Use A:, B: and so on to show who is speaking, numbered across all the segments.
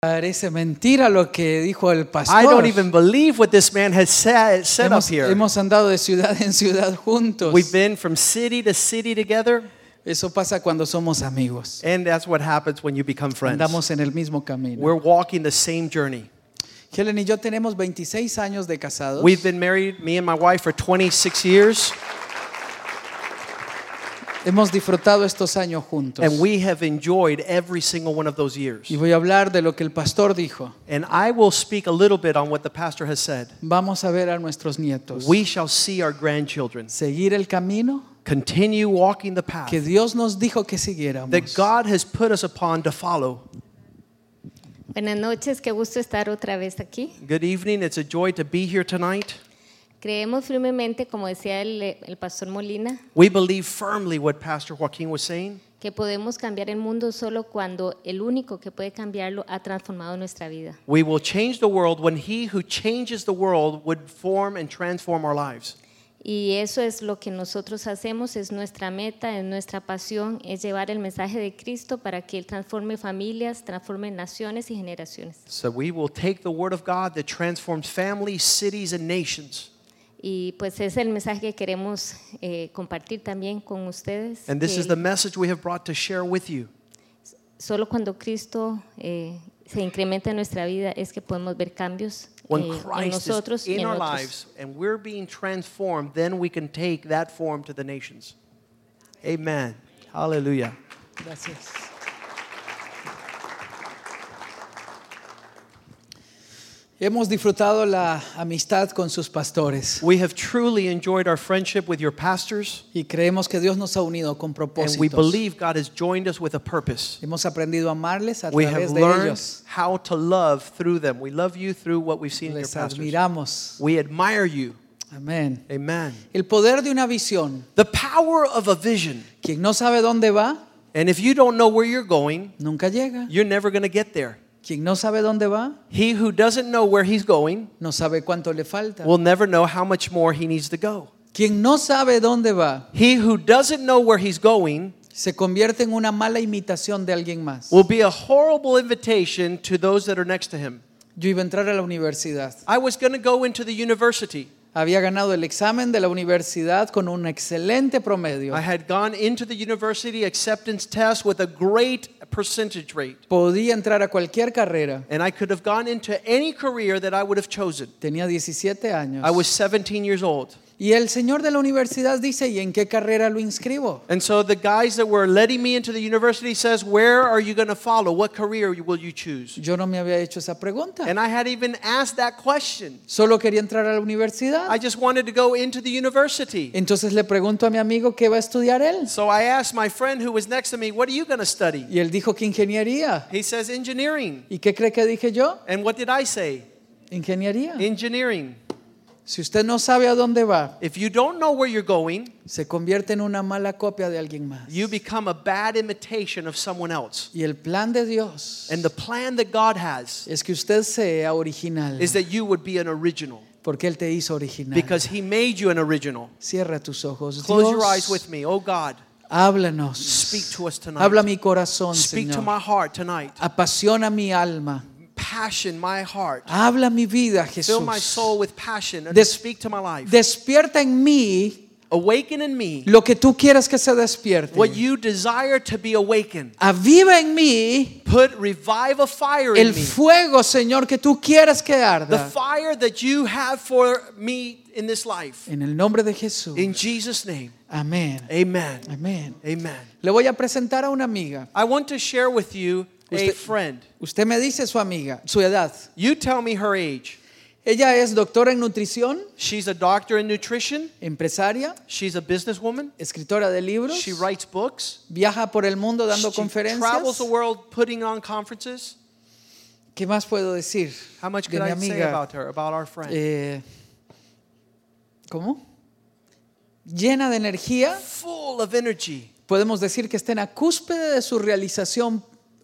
A: Parece mentira lo que dijo el pastor.
B: I don't even believe what this man has said, said up
A: hemos,
B: here.
A: hemos andado de ciudad en ciudad juntos.
B: We've been from city to city together,
A: Eso pasa cuando somos amigos.
B: and that's what happens when you become friends.
A: Andamos en el mismo camino.
B: We're walking the same journey.
A: Helen y yo tenemos 26 años de casados.
B: We've been married, me and my wife, for 26 years,
A: Hemos disfrutado estos años juntos.
B: and we have enjoyed every single one of those years.
A: Y voy a hablar de lo que el pastor dijo.
B: And I will speak a little bit on what the pastor has said.
A: Vamos a ver a nuestros nietos.
B: We shall see our grandchildren
A: Seguir el camino
B: continue walking the path
A: que Dios nos dijo que siguiéramos.
B: that God has put us upon to follow.
C: Buenas noches, qué gusto estar otra vez aquí.
B: Good evening. It's a joy to be here tonight.
C: Creemos firmemente, como decía el, el pastor Molina,
B: We believe firmly what Pastor Joaquin was saying.
C: que podemos cambiar el mundo solo cuando el único que puede cambiarlo ha transformado nuestra vida.
B: We will change the world when he who changes the world would form and transform our lives.
C: Y eso es lo que nosotros hacemos, es nuestra meta, es nuestra pasión, es llevar el mensaje de Cristo para que Él transforme familias, transforme naciones y generaciones.
B: So we will take the word of God that transforms families, cities, and nations.
C: Y pues ese es el mensaje que queremos eh, compartir también con ustedes.
B: And this
C: que
B: is the message we have brought to share with you.
C: Solo cuando Cristo eh, se incrementa en nuestra vida es que podemos ver cambios eh,
B: When
C: en
B: Christ
C: nosotros
B: is
C: y
B: in
C: en
B: our
C: otros.
B: lives and we're being transformed, then we can take that form to the nations. Amen. Hallelujah.
A: Gracias. Hemos disfrutado la amistad con sus pastores
B: We have truly enjoyed our friendship with your pastors,
A: y creemos que Dios nos ha unido con
B: and we
A: propósitos.
B: believe God has joined us with a purpose.
A: Hemos aprendido a amarles a
B: We have
A: través de
B: learned
A: ellos.
B: how to love through them. We love you through what we've seen in your
A: Les
B: pastors.
A: admiramos.
B: We admire you.
A: Amén.
B: Amen.
A: El poder de una visión.
B: The power of a vision.
A: Quien no sabe dónde va,
B: And if you don't know where you're going,
A: nunca llega.
B: you're never going to get there.
A: Quien no sabe dónde va,
B: He who doesn't know where he's going
A: no sabe cuánto le falta.
B: will never know how much more he needs to go.
A: Quien no sabe dónde va,
B: He who doesn't know where he's going
A: se convierte en una mala imitación de alguien más.
B: will be a horrible invitation to those that are next to him.
A: Yo iba a entrar a la universidad.
B: I was going to go into the university.
A: Había ganado el examen de la universidad con un excelente promedio.
B: I had gone into the university acceptance test with a great percentage rate.
A: Podía entrar a cualquier carrera.
B: And I could have gone into any career that I would have chosen.
A: Tenía 17 años.
B: I was 17 years old.
A: Y el señor de la universidad dice, ¿y en qué carrera lo inscribo?
B: And so the guys that were letting me into the university says, "Where are you going to follow? What career will you choose?"
A: Yo no me había hecho esa pregunta.
B: And I had even asked that question.
A: Solo quería entrar a la universidad.
B: I just wanted to go into the university.
A: Entonces le pregunto a mi amigo qué va a estudiar él.
B: So I asked my friend who was next to me, "What are you going to study?"
A: Y él dijo que ingeniería.
B: He says, "Engineering."
A: ¿Y qué cree que dije yo?
B: And what did I say?
A: Ingeniería.
B: Engineering.
A: Si usted no sabe a dónde va,
B: If you don't know where you're going,
A: se convierte en una mala copia de alguien más.
B: you become a bad imitation of someone else.
A: Y el plan de Dios
B: And the plan that God has
A: es que usted sea original,
B: is that you would be an original
A: porque Él te hizo original.
B: because He made you an original.
A: Cierra tus ojos.
B: Close your eyes
A: Dios,
B: with me. Oh God,
A: háblanos.
B: Speak to us tonight.
A: Habla mi corazón,
B: speak to
A: Oh, Señor.
B: my heart tonight.
A: Apasiona mi alma.
B: Passion, my heart.
A: Habla mi vida, Ah, Jesús.
B: Fill my soul with passion and
A: Des-
B: speak to my life.
A: Despierta en mí
B: Awaken in me
A: lo que tú quieras que se despierte.
B: what you desire to be awakened.
A: Aviva en mí
B: Put revive a fire in
A: el
B: me.
A: fuego, Señor, que tú quieras que
B: The
A: arda.
B: fire that you have for me in this life.
A: En el nombre de Jesús.
B: In Jesus' name.
A: Amén.
B: Amen.
A: Amén.
B: Amen.
A: Le voy a presentar a una amiga.
B: I want to share with you a
A: Usted-
B: friend.
A: Usted me dice su amiga, su edad.
B: You tell me her age.
A: Ella es doctora en nutrición,
B: She's a doctor in nutrition.
A: empresaria,
B: She's a businesswoman.
A: escritora de libros,
B: She writes books.
A: viaja por el mundo dando
B: She travels
A: conferencias.
B: the world putting on conferences.
A: ¿Qué más puedo decir
B: How much
A: de
B: could
A: mi
B: I say
A: amiga?
B: about her, about our friend?
A: Eh, ¿Cómo? Llena de energía.
B: Full of energy.
A: Podemos decir que está en la cúspide de su realización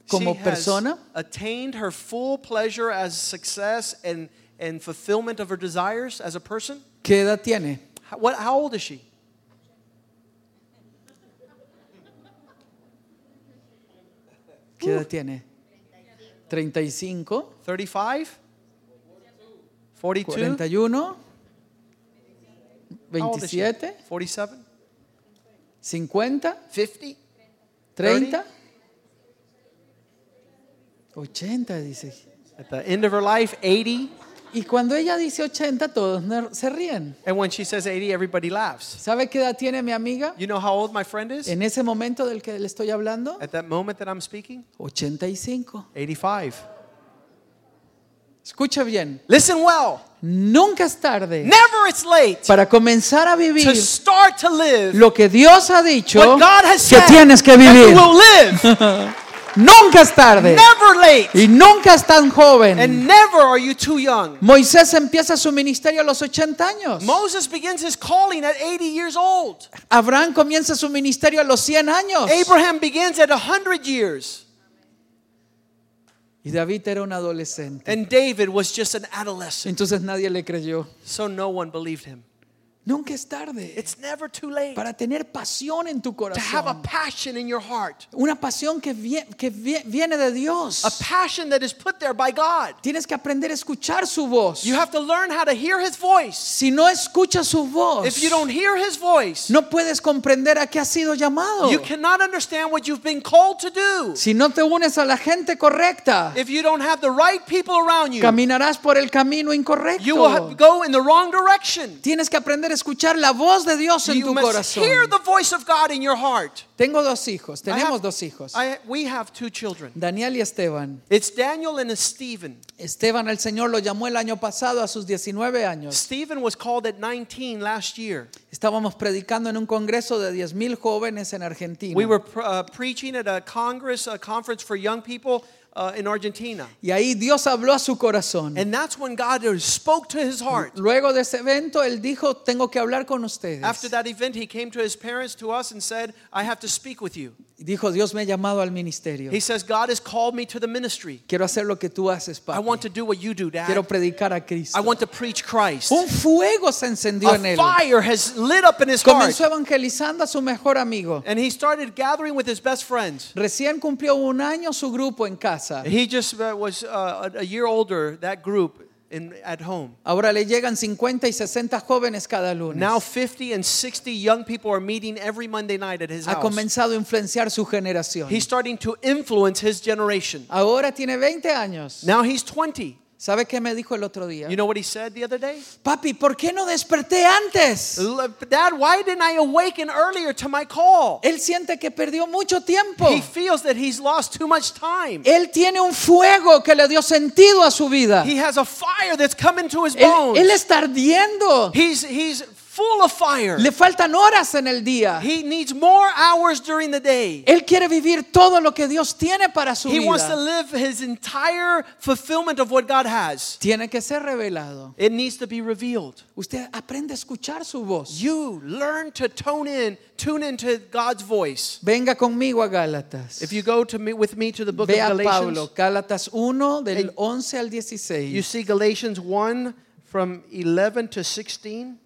A: como
B: she
A: persona.
B: has attained her full pleasure as success and, and fulfillment of her desires as a person.
A: ¿Qué edad tiene?
B: How, what, how old is she?
A: ¿Qué
B: Uh.
A: edad tiene? 35,
B: 35? 42?
A: 41,
B: How old is she?
A: 27,
B: 47?
A: 50,
B: 50?
A: 30, 80, dice.
B: At the end of her life, 80.
A: Y cuando ella dice 80, todos ner- se ríen.
B: And when she says 80, everybody laughs.
A: ¿Sabe qué edad tiene mi amiga?
B: You know how old my friend is?
A: En ese momento del que le estoy hablando,
B: At that moment that I'm speaking?
A: 85.
B: 85.
A: Escucha bien,
B: Listen well.
A: nunca es tarde
B: Never it's late
A: para comenzar a vivir
B: to start to live
A: lo que Dios ha dicho
B: what God has
A: que
B: said.
A: tienes que
B: and
A: vivir.
B: you will live.
A: Nunca es tarde.
B: Never late.
A: Y nunca es tan joven.
B: And never are you too young.
A: Moisés empieza su ministerio a los 80 años.
B: Moses begins his calling at 80 years old.
A: Abraham comienza su ministerio a los 100 años.
B: Abraham begins at 100 years.
A: Y David era un adolescente.
B: And David was just an adolescent.
A: Entonces nadie le creyó.
B: So no one believed him.
A: Nunca es tarde
B: It's never too late
A: para tener pasión en tu
B: to have a
A: corazón.
B: passion in your heart,
A: Una pasión que, vie- que vie- viene de Dios.
B: a passion that is put there by God.
A: Tienes que aprender a escuchar su voz.
B: You have to learn how to hear his voice.
A: Si no escuchas su voz,
B: If you don't hear his voice,
A: no puedes comprender a qué has sido llamado.
B: you cannot understand what you've been called to do.
A: Si no te unes a la gente correcta,
B: If you don't have the right people around you,
A: caminarás por el camino
B: you will ha-
A: incorrecto.
B: go in the wrong direction.
A: Tienes que aprender a escuchar la voz de Dios en
B: You
A: tu
B: must
A: corazón.
B: hear the voice of God in your heart.
A: Tengo dos hijos,
B: I
A: tenemos
B: have-
A: dos hijos,
B: I- we have two children.
A: Daniel y Esteban.
B: It's Daniel and it's Stephen.
A: Esteban el Señor lo llamó el año pasado a sus 19 años.
B: Stephen was called at 19 last year.
A: Estábamos predicando en un congreso de 10.000 jóvenes en Argentina.
B: We were pr- uh, preaching at a congress, a conference for young people uh, in Argentina.
A: y ahí Dios habló a su corazón.
B: And that's when God uh, spoke to his heart.
A: Luego de ese evento, él dijo, tengo que hablar con ustedes.
B: After that event, he came to his parents, to us, and said, I have to speak with you.
A: Y dijo, Dios me ha llamado al ministerio.
B: He says, God has called me to the ministry.
A: Quiero hacer lo que tú haces,
B: I
A: papi.
B: want to do what you do, Dad.
A: Quiero predicar a Cristo.
B: I want to preach Christ.
A: Un fuego se encendió en
B: A
A: él.
B: fire has lit up in his heart.
A: Comenzó evangelizando a su mejor amigo.
B: And he started gathering with his best friends.
A: Recién cumplió un año su grupo en casa.
B: He just uh, was uh, a a year older, that group in, at home.
A: Ahora le llegan 50 y 60 jóvenes cada lunes.
B: Now 50 and 60 young people are meeting every Monday night at his
A: ha
B: house.
A: comenzado a influenciar su generación.
B: He's starting to influence his generation.
A: Ahora tiene 20 años.
B: Now he's 20.
A: ¿Sabe qué me dijo el otro día?
B: You know what he said the other day?
A: Papi, ¿por qué no desperté antes?
B: "L- Dad, why didn't I awaken earlier to my call?
A: Él siente que perdió mucho tiempo.
B: He feels that he's lost too much time.
A: Él tiene un fuego que le dio sentido a su vida.
B: He has a fire that's come into his
A: Él, él
B: bones.
A: está ardiendo.
B: He's, he's full of fire.
A: Le faltan horas en el día.
B: He needs more hours during the day.
A: Él quiere vivir todo lo que Dios tiene para su
B: He wants to
A: vida.
B: live his entire fulfillment of what God has.
A: Tiene que ser revelado.
B: It needs to be revealed.
A: Usted aprende a escuchar su voz.
B: You learn to tone in, tune into God's voice.
A: Venga conmigo a Gálatas.
B: If you go to me, with me to the book of
A: Ve a
B: Galatians,
A: Pablo, Gálatas 1 del
B: Hey.
A: 11 al
B: you
A: 16.
B: see Galatians 1 from 11 to 16.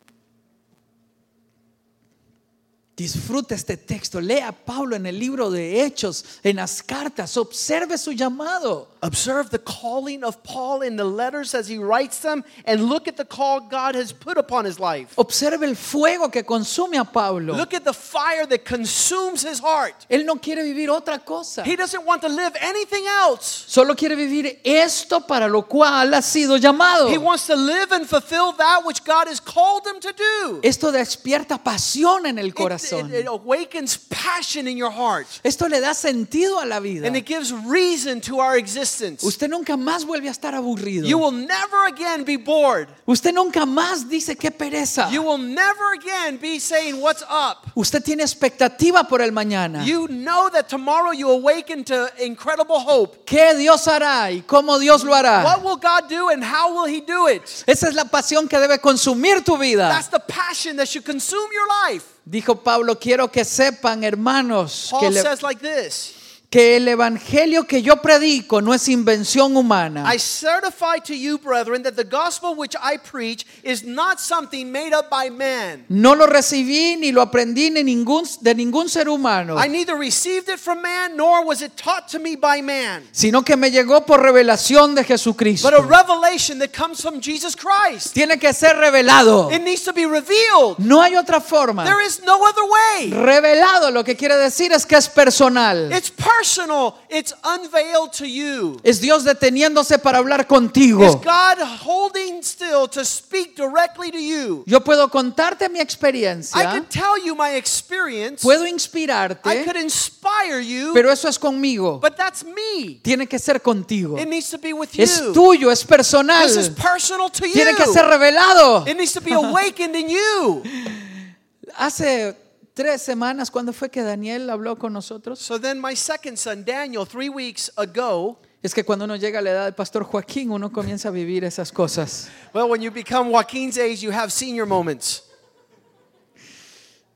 A: Disfruta este texto. Lea a Pablo en el libro de Hechos, en las cartas. Observe su llamado.
B: Observe the calling of Paul in the letters as he writes them and look at the call God has put upon his life.
A: Observe el fuego que consume a Pablo.
B: Look at the fire that consumes his heart.
A: Él no quiere vivir otra cosa.
B: He doesn't want to live anything else.
A: Solo quiere vivir esto para lo cual ha sido llamado.
B: He wants to live and fulfill that which God has called him to do.
A: Esto despierta pasión en el
B: it, it,
A: corazón.
B: it awakens passion in your heart.
A: Esto le da sentido a la vida.
B: And it gives reason to our existence.
A: Usted nunca más vuelve a estar aburrido.
B: You will never again be bored.
A: Usted nunca más dice qué pereza.
B: You will never again be saying, What's up?
A: Usted tiene expectativa por el mañana.
B: You know that tomorrow you awaken to incredible hope.
A: ¿Qué Dios hará y cómo Dios lo hará?
B: What will God do and how will He do it?
A: Esa es la pasión que debe consumir tu vida.
B: That's the passion that should consume your life.
A: Dijo Pablo, quiero que sepan, hermanos, que,
B: Paul
A: le-
B: says like this
A: que el evangelio que yo predico no es invención humana.
B: I certify to you, brethren, that the gospel which I preach is not something made up by man.
A: No lo recibí ni lo aprendí ni ningún, de ningún ser humano,
B: I neither received it from man nor was it taught to me by man,
A: sino que me llegó por revelación de Jesucristo.
B: but a revelation that comes from Jesus Christ.
A: Tiene que ser revelado.
B: It needs to be revealed.
A: No hay otra forma.
B: There is no other way.
A: Revelado lo que quiere decir es que es personal.
B: It's personal, it's unveiled to you.
A: Es Dios deteniéndose para hablar contigo.
B: It's God holding still to speak directly to you.
A: Yo puedo contarte mi
B: I
A: experiencia,
B: could tell you my experience.
A: puedo
B: I could
A: inspirarte,
B: inspire you,
A: eh? pero eso es conmigo.
B: but that's me.
A: Tiene que ser contigo.
B: It needs to be with you.
A: Es tuyo, es personal.
B: This is personal to
A: Tiene que
B: you.
A: ser revelado.
B: It needs to be awakened in you.
A: Hace tres semanas, cuando fue que Daniel habló con nosotros?
B: So then, my second son, Daniel, three weeks ago,
A: Es que cuando uno llega a la edad del pastor Joaquín, uno comienza a vivir esas cosas.
B: well, when you become Joaquin's age, you have senior moments.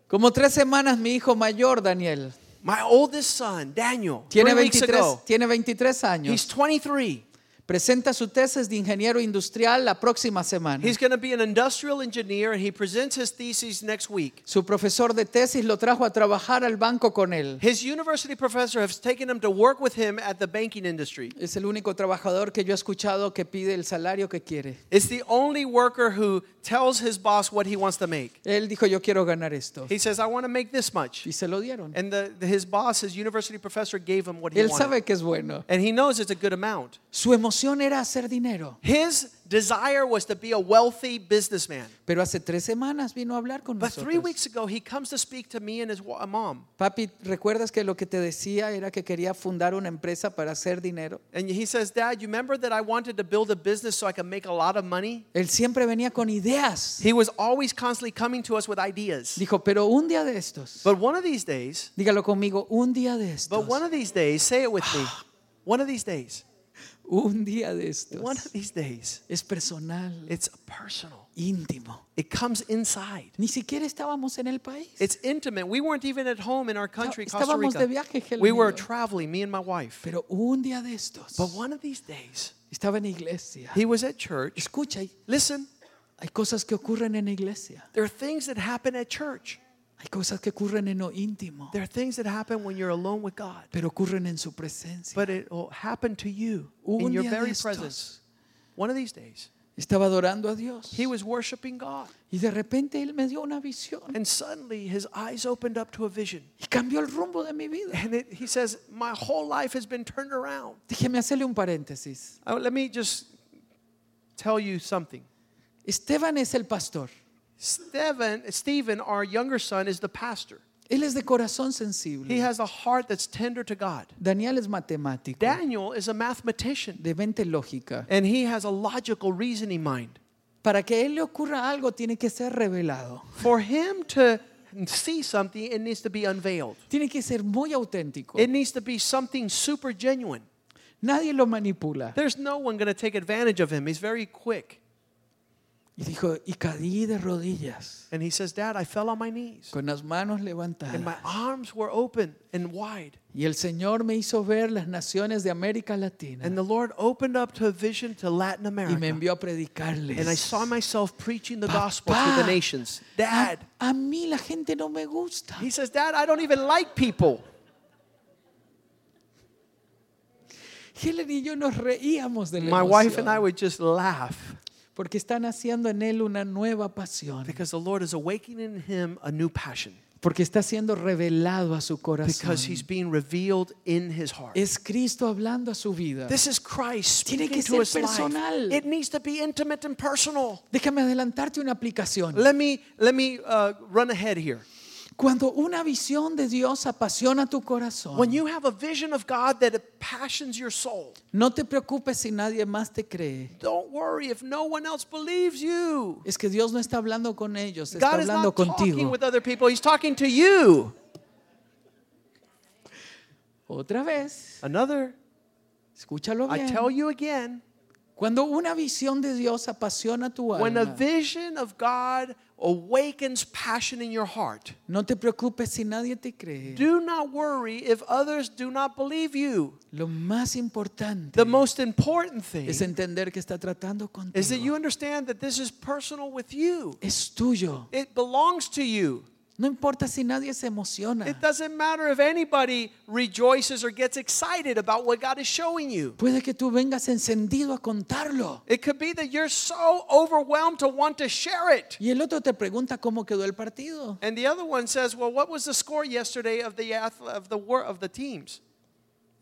A: Como tres semanas, mi hijo mayor, Daniel,
B: My oldest son, Daniel,
A: tiene
B: three weeks
A: 23,
B: ago,
A: tiene 23
B: he's
A: años.
B: 23.
A: Presenta su tesis de ingeniero industrial la próxima semana.
B: He's going to be an industrial engineer, and he presents his thesis next week.
A: Su profesor de tesis lo trajo a trabajar al banco con él.
B: His university professor has taken him to work with him at the banking industry.
A: Es el único trabajador que yo he escuchado que pide el salario que quiere.
B: It's the only worker who tells his boss what he wants to make.
A: Él dijo, yo quiero ganar esto.
B: He says, I want to make this much.
A: Y se lo dieron.
B: And the, the- his boss, his university professor, gave him what he
A: Él
B: wanted.
A: sabe que es bueno.
B: And he knows it's a good amount.
A: Su emoción era hacer dinero.
B: His desire was to be a wealthy businessman.
A: Pero hace tres semanas vino a hablar con
B: But three
A: nosotros.
B: weeks ago, he comes to speak to me and his wa- mom.
A: Papi, ¿recuerdas que lo que te decía era que quería fundar una empresa para hacer dinero?
B: And he says, Dad, you remember that I wanted to build a business so I could make a lot of money?
A: Él siempre venía con ideas.
B: He was always constantly coming to us with ideas.
A: Dijo, pero un día de estos.
B: But one of these days,
A: Dígalo conmigo, un día de
B: but
A: estos.
B: one of these days, say it with me.
A: Ah.
B: One of these days,
A: Un día de estos.
B: one of these days,
A: Es personal,
B: it's personal.
A: íntimo.
B: It comes inside.
A: Ni siquiera estábamos en el país.
B: It's intimate. We weren't even at home in our country, Costa
A: Estábamos de
B: Rica.
A: viaje, Helen
B: We
A: y
B: were
A: yo.
B: traveling, me and my wife.
A: Pero un día de estos
B: But one of these days,
A: estaba en iglesia.
B: he was at church.
A: Escucha, hay,
B: Listen,
A: hay cosas que ocurren en iglesia.
B: there are things that happen at church.
A: Hay cosas que ocurren en lo íntimo,
B: There are things that happen when you're alone with God.
A: pero ocurren en su presencia.
B: But it will happen to you in
A: Un
B: your
A: día de
B: very
A: estos
B: presence. One of these days,
A: estaba adorando a Dios
B: he was worshiping God.
A: y de repente él me dio una visión
B: And suddenly, his eyes opened up to a vision.
A: y cambió el rumbo de mi vida.
B: And it, he says, My whole life has been turned around.
A: Déjeme hacerle un paréntesis.
B: Oh, let me just tell you something.
A: Esteban es el pastor.
B: Stephen, Stephen, our younger son, is the pastor.
A: Él es de corazón
B: He
A: sensible.
B: has a heart that's tender to God.
A: Daniel es matemático,
B: Daniel is a mathematician,
A: de mente lógica.
B: and he has a logical reasoning mind.
A: Para que a él le ocurra algo tiene que ser revelado.
B: For him to see something, it needs to be unveiled.
A: Tiene que ser muy auténtico.
B: It needs to be something super genuine.
A: Nadie lo manipula.
B: There's no one going to take advantage of him. He's very quick.
A: Y dijo, y caí de rodillas,
B: And he says, Dad, I fell on my knees,
A: con las manos
B: and my
A: levantadas.
B: arms were open and wide.
A: Y el Señor me hizo ver las naciones de América
B: And
A: Latina
B: the Lord opened up to a vision to Latin
A: y me
B: America.
A: envió a
B: And I
A: predicarles.
B: saw myself preaching the gospel to the
A: "Papá,
B: nations.
A: a,
B: Dad,
A: a mí la gente no me gusta.
B: he says, Dad, I don't even like people.
A: Helen y yo nos reíamos de la
B: My wife and I
A: emoción,
B: would just laugh
A: porque están haciendo en él una nueva pasión,
B: because the Lord is awakening in him a new passion
A: porque está siendo revelado a su corazón.
B: because he's being revealed in his heart.
A: Es Cristo hablando a su vida.
B: This is Christ
A: Tiene que
B: speaking to
A: ser
B: his
A: personal.
B: life. It needs to be intimate and personal.
A: Déjame adelantarte una aplicación.
B: Let me let me uh, run ahead here.
A: Cuando una visión de Dios apasiona tu
B: When
A: corazón,
B: you have a vision of God that passions your soul,
A: no te preocupes si nadie más te cree.
B: don't worry if no one else believes you.
A: Es que Dios no está hablando con ellos, está
B: God is
A: hablando
B: not talking
A: contigo.
B: with other people, He's talking to you.
A: Otra vez,
B: Another,
A: Oh, escúchalo
B: I
A: bien.
B: tell you again,
A: Cuando una visión de Dios apasiona tu
B: when a
A: alma,
B: vision of God awakens passion in your heart,
A: no te preocupes si nadie te cree.
B: do not worry if others do not believe you.
A: Lo más importante
B: The most important thing
A: es entender que está tratando contigo.
B: is that you understand that this is personal with you.
A: es tuyo.
B: It belongs to you.
A: No importa si nadie se emociona.
B: It doesn't matter if anybody rejoices or gets excited about what God is showing you.
A: Puede que tú vengas encendido a contarlo.
B: It could be that you're so overwhelmed to want to share it.
A: Y el otro te pregunta cómo quedó el partido.
B: And the other one says, "Well, what was the score yesterday of the ath- of the wor- of the teams?"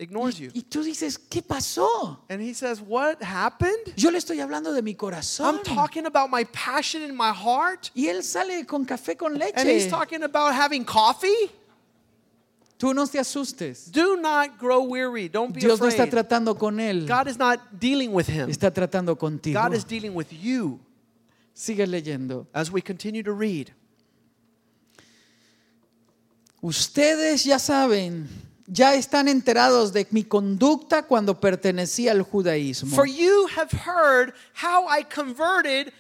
B: Ignores you.
A: Y tú dices, ¿qué pasó?
B: And he says, "What happened?
A: Yo le estoy hablando de mi corazón.
B: I'm talking about my passion in my heart,
A: Y él sale con café con
B: and he's
A: leche.
B: talking about having coffee."
A: Tú no te asustes.
B: Do not grow weary. Don't be
A: Dios no está
B: afraid.
A: tratando con él.
B: God is not dealing with him.
A: Está tratando contigo.
B: God is dealing with you.
A: Sigue leyendo.
B: As we continue to read,
A: Ustedes ya saben, ya están enterados de mi conducta cuando pertenecía al judaísmo.
B: For you have heard how I converted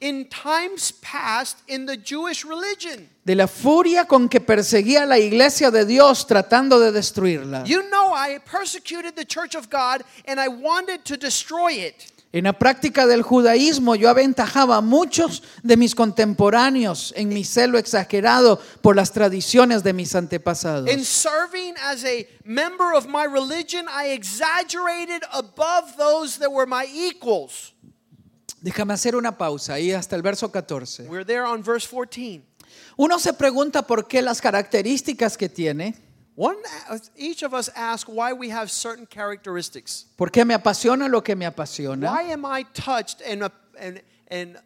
B: in times past in the Jewish religion.
A: De la furia con que perseguía a la iglesia de Dios tratando de destruirla.
B: You know I persecuted the church of God and I wanted to destroy it.
A: En la práctica del judaísmo yo aventajaba a muchos de mis contemporáneos en mi celo exagerado por las tradiciones de mis antepasados.
B: In serving as a member of my religion, I exaggerated above those that were my equals.
A: Déjame hacer una pausa ahí hasta el verso 14.
B: We're there on verse 14.
A: Uno se pregunta por qué las características que tiene,
B: One, each of us ask why we have certain characteristics.
A: por qué me apasiona lo que me apasiona.
B: Why am I touched and, uh, and, and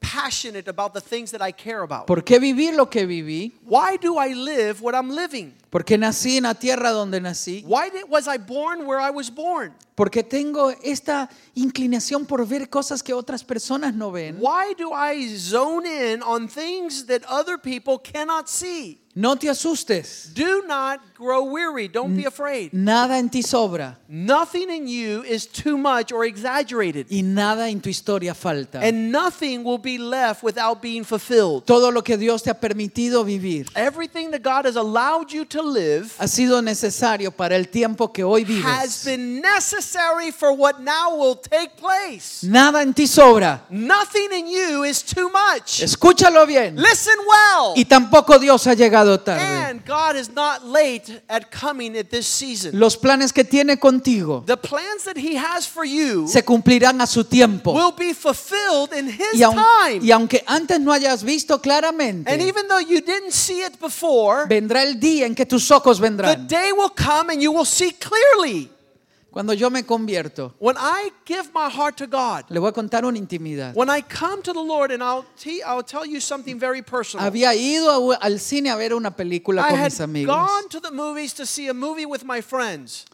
B: passionate about the things that I care about?
A: ¿Por qué viví lo que viví?
B: Why do I live what I'm living?
A: ¿Por qué nací en la tierra donde nací?
B: Why did, was I born where I was born?
A: ¿Por qué tengo esta inclinación por ver cosas que otras personas no ven?
B: Why do I zone in on things that other people cannot see?
A: No te asustes.
B: Do not grow weary. Don't be afraid.
A: Nada en ti sobra
B: Nothing in you is too much or exaggerated,
A: y nada en tu historia falta.
B: and nothing will be left without being fulfilled.
A: Todo lo que Dios te ha permitido vivir
B: Everything that God has allowed you to live
A: ha sido necesario para el tiempo que hoy vives.
B: has been necessary for what now will take place.
A: Nada en ti sobra.
B: Nothing in you is too much.
A: Escúchalo bien.
B: Listen well.
A: Y tampoco Dios ha llegado tarde.
B: And God is not late at coming at this season.
A: Los planes que tiene contigo
B: The plans that He has for you
A: se cumplirán a su tiempo.
B: will be fulfilled in
A: y,
B: His
A: aun- y
B: time.
A: aunque antes no hayas visto
B: And
A: claramente,
B: even though you didn't see it before,
A: vendrá el día en que tus ojos
B: the
A: vendrán.
B: day will come and you will see clearly.
A: Cuando yo me convierto,
B: When I give my heart to God,
A: le voy a contar una intimidad.
B: when I come to the Lord, and I'll, te- I'll tell you something very personal.
A: Había ido a- al cine a ver una película
B: I
A: con
B: had
A: mis amigos.
B: gone to the movies to see a movie with my friends,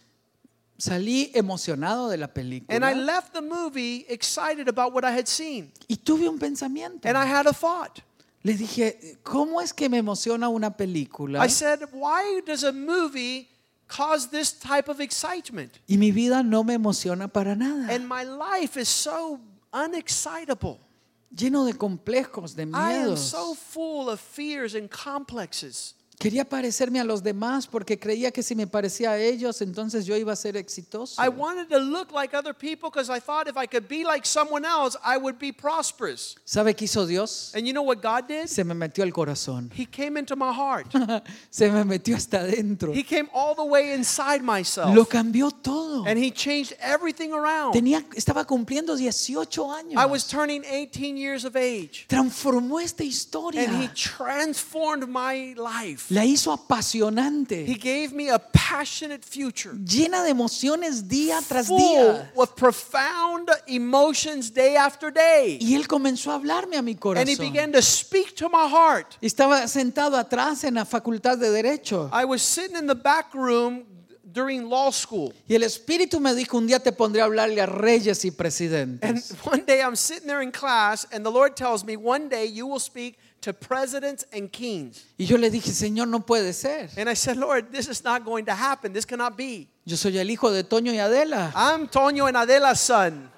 A: Salí emocionado de la
B: and I
A: película
B: left the movie excited about what I had seen,
A: y tuve un pensamiento.
B: and I had a thought.
A: Le dije, ¿cómo es que me emociona una película
B: I said, "Why does a movie cause this type of excitement?"
A: y mi vida no me emociona para nada?
B: And my life is so unexcitable.
A: Lleno de complejos, de
B: I am so
A: miedos.
B: full of fears and complexes.
A: Quería parecerme a los demás porque creía que si me parecía a ellos, entonces yo iba a ser exitoso.
B: I wanted to look like other people because I thought if I could be like someone else, I would be prosperous.
A: ¿Sabe qué hizo Dios?
B: And you know what God did?
A: Se me metió al corazón.
B: He came into my heart.
A: Se me metió hasta adentro.
B: He came all the way inside
A: Lo
B: myself.
A: cambió todo.
B: And he changed everything around.
A: Tenía, estaba cumpliendo 18 años.
B: I was turning 18 years of age.
A: Transformó esta
B: And he
A: historia.
B: transformed my life.
A: La hizo apasionante,
B: He gave me a passionate future,
A: llena de emociones día tras
B: full
A: día.
B: with profound emotions day after day.
A: Y él comenzó a hablarme a mi
B: And he
A: corazón.
B: began to speak to my heart.
A: Estaba sentado atrás en la facultad de Derecho.
B: I was sitting in the back room during law school.
A: Y el Espíritu me dijo, un día te pondré a hablarle a reyes y
B: And
A: presidentes.
B: one day I'm sitting there in class, and the Lord tells me, One day you will speak to presidents and kings.
A: Y yo le dije, Señor, no puede ser.
B: And I said, Lord, this is not going to happen. This cannot be.
A: Yo soy el hijo de Toño y Adela,
B: I'm Tonio and Adela's son.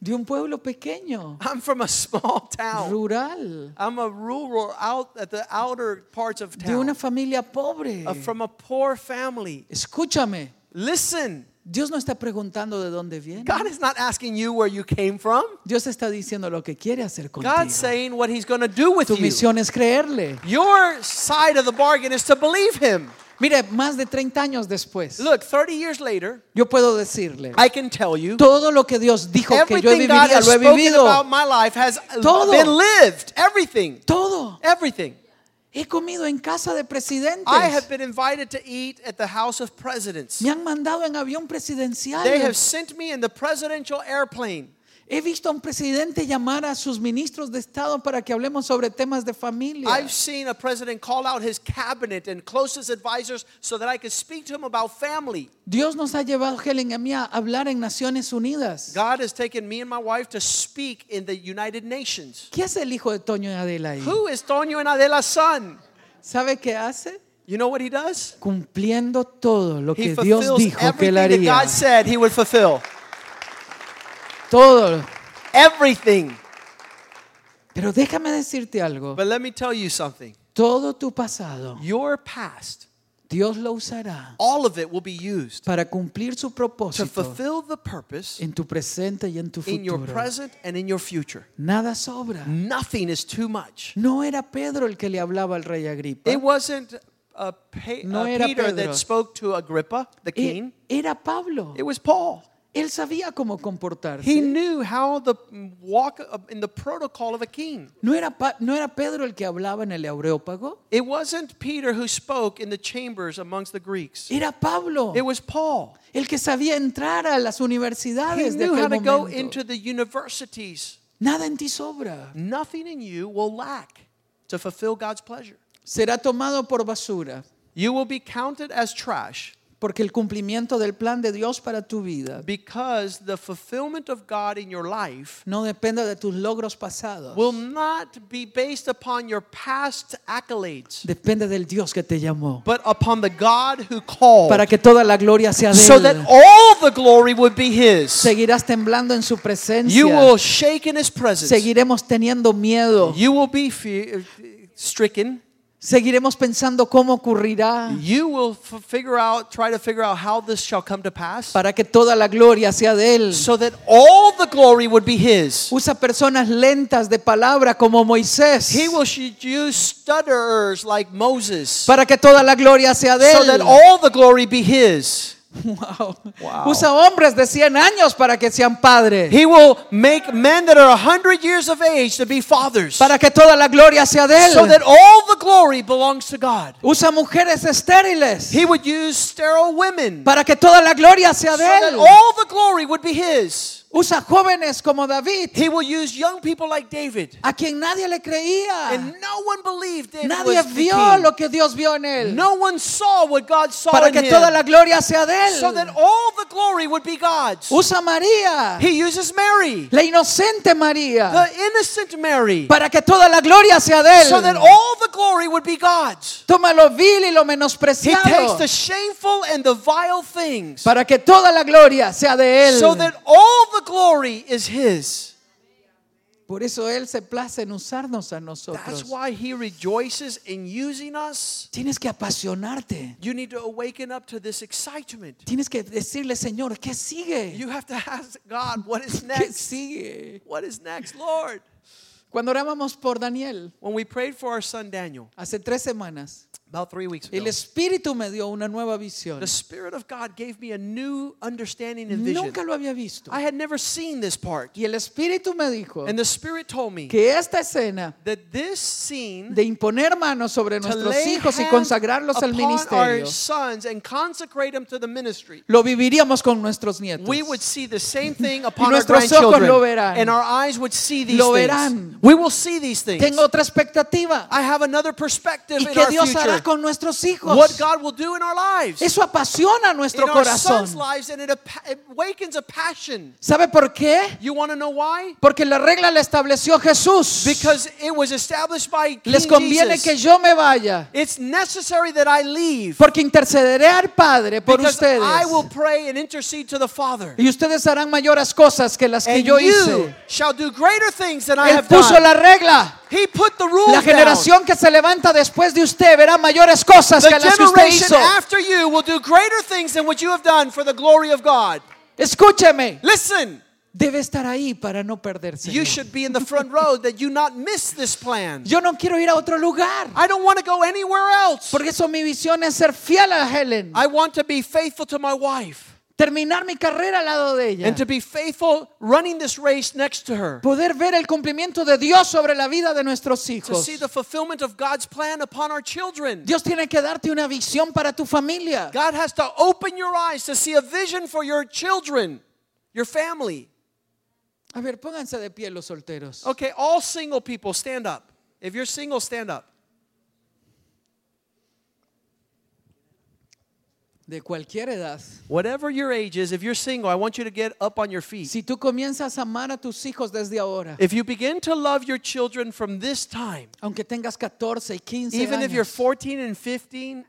A: de un pueblo pequeño,
B: I'm from a small town.
A: rural,
B: I'm a rural out at the outer parts of
A: de una
B: town.
A: familia pobre.
B: Uh, from a poor family.
A: Escúchame,
B: Listen,
A: Dios no está preguntando de dónde viene.
B: God is not asking you where you came from.
A: Dios está diciendo lo que quiere hacer contigo.
B: God's saying what he's going to do with
A: Tu
B: you.
A: misión es creerle.
B: Your side of the bargain is to believe him.
A: Mire, más de 30 años después,
B: Look, 30 years later,
A: yo puedo decirle,
B: I can tell you
A: todo lo que Dios dijo que yo
B: everything God
A: viviría,
B: has
A: lo he
B: spoken
A: vivido.
B: about my life has
A: Todo.
B: been lived. Everything.
A: Todo.
B: Everything.
A: He comido en casa de presidentes.
B: I have been invited to eat at the House of Presidents.
A: Me han mandado en avión
B: They have
A: presidencial.
B: sent me in the presidential airplane.
A: He visto a un presidente llamar a sus ministros de Estado para que hablemos sobre temas de familia.
B: I've seen a president call out his cabinet and closest advisors so that I could speak to him about family.
A: Dios nos ha llevado, Helen y a mí, a hablar en Naciones Unidas.
B: God has taken me and my wife to speak in the United Nations.
A: ¿Qué hace el hijo de Toño y Adela ahí?
B: Who is Tonio and Adela's son?
A: ¿Sabe qué hace?
B: You know what he does?
A: Cumpliendo todo lo que
B: He
A: Dios
B: fulfills
A: dijo que
B: everything
A: él
B: that
A: haría.
B: God said he would fulfill.
A: Todo.
B: Everything.
A: Pero déjame decirte algo.
B: But let me tell you something.
A: Todo tu pasado,
B: Your past,
A: Dios lo usará
B: all of it will be used
A: para cumplir su
B: to
A: propósito
B: fulfill the purpose
A: en tu presente y en tu
B: in your
A: futuro.
B: present and in your future.
A: Nada sobra.
B: Nothing is too much.
A: No era Pedro el que le hablaba al rey Agripa.
B: It wasn't uh, Pa-
A: No
B: uh,
A: era
B: Peter
A: Pedro.
B: that spoke to Agrippa, the king.
A: E- Era Pablo.
B: It was Paul.
A: Él sabía cómo
B: He
A: comportarse.
B: knew how the walk of- in the protocol of a king.
A: ¿No era, Pa- ¿No era Pedro el que hablaba en el Areópago?
B: It wasn't Peter who spoke in the chambers amongst the Greeks.
A: Era Pablo
B: It was Paul.
A: el que sabía entrar a las
B: He
A: universidades de
B: knew how
A: aquel
B: to go
A: momento.
B: into the universities.
A: Nada en ti sobra.
B: Nothing in you will lack to fulfill God's pleasure.
A: Será tomado por basura.
B: You will be counted as trash
A: Porque el cumplimiento del plan de Dios para tu vida
B: because the fulfillment of God in your life
A: no depende de tus logros pasados.
B: will not be based upon your past accolades,
A: Depende del Dios que te llamó.
B: but upon the God who called.
A: Para que toda la gloria sea
B: so
A: de
B: that
A: Él.
B: all the glory would be His.
A: Seguirás temblando en su presencia.
B: You will shake in His presence.
A: Seguiremos teniendo miedo.
B: You will be fe- stricken.
A: Seguiremos pensando cómo ocurrirá
B: You will f- figure out, try to figure out how this shall come to pass,
A: para que toda la gloria sea de Él.
B: so that all the glory would be His.
A: Usa personas lentas de palabra como Moisés
B: He will sh- use stutterers like Moses,
A: para que toda la gloria sea de
B: so that
A: Él.
B: all the glory be His.
A: Wow.
B: Wow.
A: Usa hombres de 100 años para que sean padres.
B: He will make men that are a hundred years of age to be fathers,
A: Para que toda la gloria sea de Él.
B: so that all the glory belongs to God.
A: Usa mujeres estériles
B: He would use sterile women,
A: para que toda la gloria sea
B: so
A: de
B: that
A: Él.
B: all the glory would be His.
A: Usa jóvenes como David,
B: He will use young people like David,
A: a quien nadie le creía.
B: and no one believed David
A: Nadie
B: was the
A: vio
B: king.
A: lo que Dios vio en Él.
B: No one saw what God saw
A: Para
B: in
A: que
B: him,
A: toda la gloria sea de
B: so that
A: Él.
B: all the glory would be God's.
A: Usa a María,
B: He uses Mary,
A: la inocente María,
B: the innocent Mary,
A: para que toda la gloria sea de
B: so that
A: Él.
B: all the glory would be God's.
A: Toma lo vil y lo
B: He takes
A: menospreciado
B: the shameful and the vile things,
A: para que toda la gloria sea de Él.
B: so that all the glory is His.
A: Por eso Él se place en usarnos a
B: That's
A: nosotros.
B: why He rejoices in using us.
A: Tienes que apasionarte.
B: You need to awaken up to this excitement.
A: Tienes que decirle, Señor, ¿qué sigue?
B: You have to ask God, what is
A: ¿Qué
B: next?
A: sigue?
B: What is next, Lord?
A: Cuando orábamos por Daniel
B: When we prayed for our son Daniel,
A: hace tres semanas,
B: about three weeks ago.
A: El Espíritu me dio una nueva visión.
B: The Spirit of God gave me a new understanding and vision.
A: Nunca lo había visto.
B: I had never seen this part.
A: Y el Espíritu me dijo
B: And the Spirit told me
A: que esta escena
B: that this scene
A: de imponer manos sobre
B: to
A: nuestros
B: lay
A: hijos y
B: hands
A: consagrarlos al
B: upon our
A: ministerio,
B: sons and consecrate them to the ministry.
A: lo viviríamos con nuestros nietos.
B: We would see the same thing upon our
A: nuestros ojos lo
B: grandchildren.
A: verán.
B: And our eyes would see these
A: Lo
B: things.
A: verán.
B: We will see these things.
A: Tengo otra expectativa.
B: I have another perspective
A: Y
B: in
A: que
B: our
A: Dios hará
B: future.
A: con nuestros
B: What
A: hijos.
B: God will do in our lives.
A: Eso apasiona nuestro
B: in our sons'
A: corazón.
B: lives and it apa- it awakens a passion.
A: ¿Sabe por qué?
B: You want to know why?
A: Porque la regla la estableció Jesús.
B: Because it was established by King
A: Les conviene
B: Jesus.
A: que yo me vaya.
B: It's necessary that I leave
A: Porque intercederé al Padre por
B: because
A: ustedes.
B: I will pray and intercede to the Father.
A: Y ustedes harán mayores cosas que las que
B: And
A: yo
B: you
A: hice.
B: shall do greater things than I
A: Él
B: have
A: puso
B: done.
A: la regla.
B: He put the rules
A: La generación que se levanta después de usted verá mayores cosas
B: down.
A: que
B: The
A: las que usted
B: generation
A: hizo.
B: after you will do greater things than what you have done for the glory of God.
A: Escúcheme.
B: Listen,
A: Debe estar ahí para no perderse.
B: you should be in the front row that you not miss this plan.
A: Yo no quiero ir a otro lugar.
B: I don't want to go anywhere else.
A: Porque eso mi visión es ser fiel a Helen.
B: I want to be faithful to my wife
A: Terminar mi carrera al lado de ella.
B: and to be faithful running this race next to her.
A: Poder ver el cumplimiento de Dios sobre la vida de nuestros
B: To
A: hijos.
B: see the fulfillment of God's plan upon our children.
A: Dios tiene que darte una visión para tu familia.
B: God has to open your eyes to see a vision for your children, your family.
A: A ver, pónganse de pie los solteros.
B: Okay, all single people, stand up. If you're single, stand up.
A: De cualquier edad.
B: Whatever your age is, if you're single, I want you to get up on your feet.
A: Si tú comienzas a amar a tus hijos desde ahora,
B: If you begin to love your children from this time,
A: aunque tengas 14 y 15
B: even if you're
A: años,
B: 14 and 15,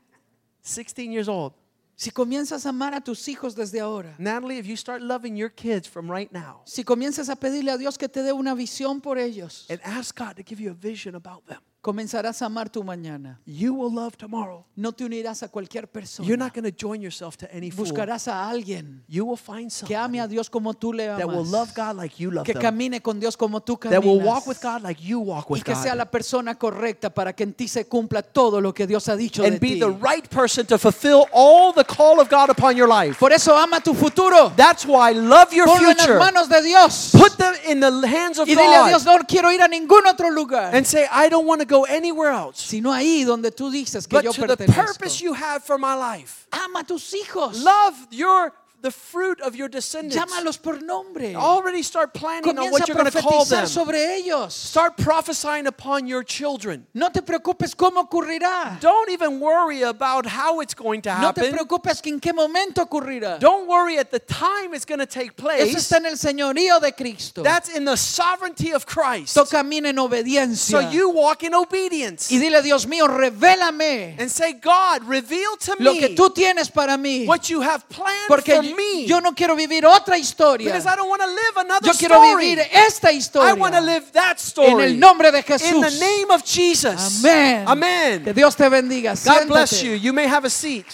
B: 16 years old,
A: si comienzas a amar a tus hijos desde ahora,
B: Natalie, if you start loving your kids from right now
A: si comienzas a pedirle a Dios que te dé una visión por ellos,
B: and ask God to give you a vision about them,
A: comenzarás a amar tu mañana.
B: you will love tomorrow.
A: No te unirás a cualquier
B: You're
A: persona.
B: not going to join yourself to any fool.
A: Buscarás a alguien
B: You will find
A: que ame a
B: someone
A: Dios como tú le
B: that will love
A: amas,
B: God like you love
A: que
B: them,
A: camine con Dios como tú
B: that will walk
A: caminas.
B: with God like you walk
A: y
B: with
A: que sea
B: God,
A: la persona correcta para que en ti se cumpla todo lo que Dios ha dicho de
B: and be
A: ti.
B: the right person to fulfill all the call of God upon your life.
A: Por eso ama tu futuro.
B: That's why love your
A: Ponlo en las
B: future.
A: manos de Dios.
B: Put them in the hands of
A: Y dile a Dios,
B: God
A: no quiero ir a ningún otro lugar,
B: and say, I don't want to go anywhere else,
A: sino ahí donde tú dices que
B: but
A: yo
B: to the purpose
A: pertenezco.
B: you have for my life.
A: Ama a tus hijos.
B: Love your the fruit of your descendants.
A: Llámalos por nombre.
B: Already start planning on
A: Comienza
B: what
A: a
B: you're going to call
A: profetizar
B: them.
A: sobre ellos.
B: Start prophesying upon your children.
A: No te preocupes cómo ocurrirá.
B: Don't even worry about how it's going to
A: No te
B: happen.
A: preocupes que en qué momento ocurrirá.
B: Don't worry at the time it's going to take
A: Eso
B: place.
A: está en el señorío de Cristo.
B: That's in the sovereignty of Christ.
A: Tú camina en obediencia.
B: So you walk in obedience
A: Y dile, Dios mío, revélame
B: and say, God, reveal to
A: lo que
B: me
A: tú tienes para mí.
B: what you have planned
A: Porque
B: for me.
A: yo no quiero vivir otra historia.
B: because I don't want to live another
A: Yo quiero
B: story.
A: vivir esta
B: I
A: historia.
B: want to live that
A: En
B: story.
A: el nombre de
B: in the
A: Jesús.
B: name of Jesus.
A: Amén. Que
B: Amen.
A: Dios te bendiga.
B: God bless you.
A: Siéntate.
B: You may have a seat.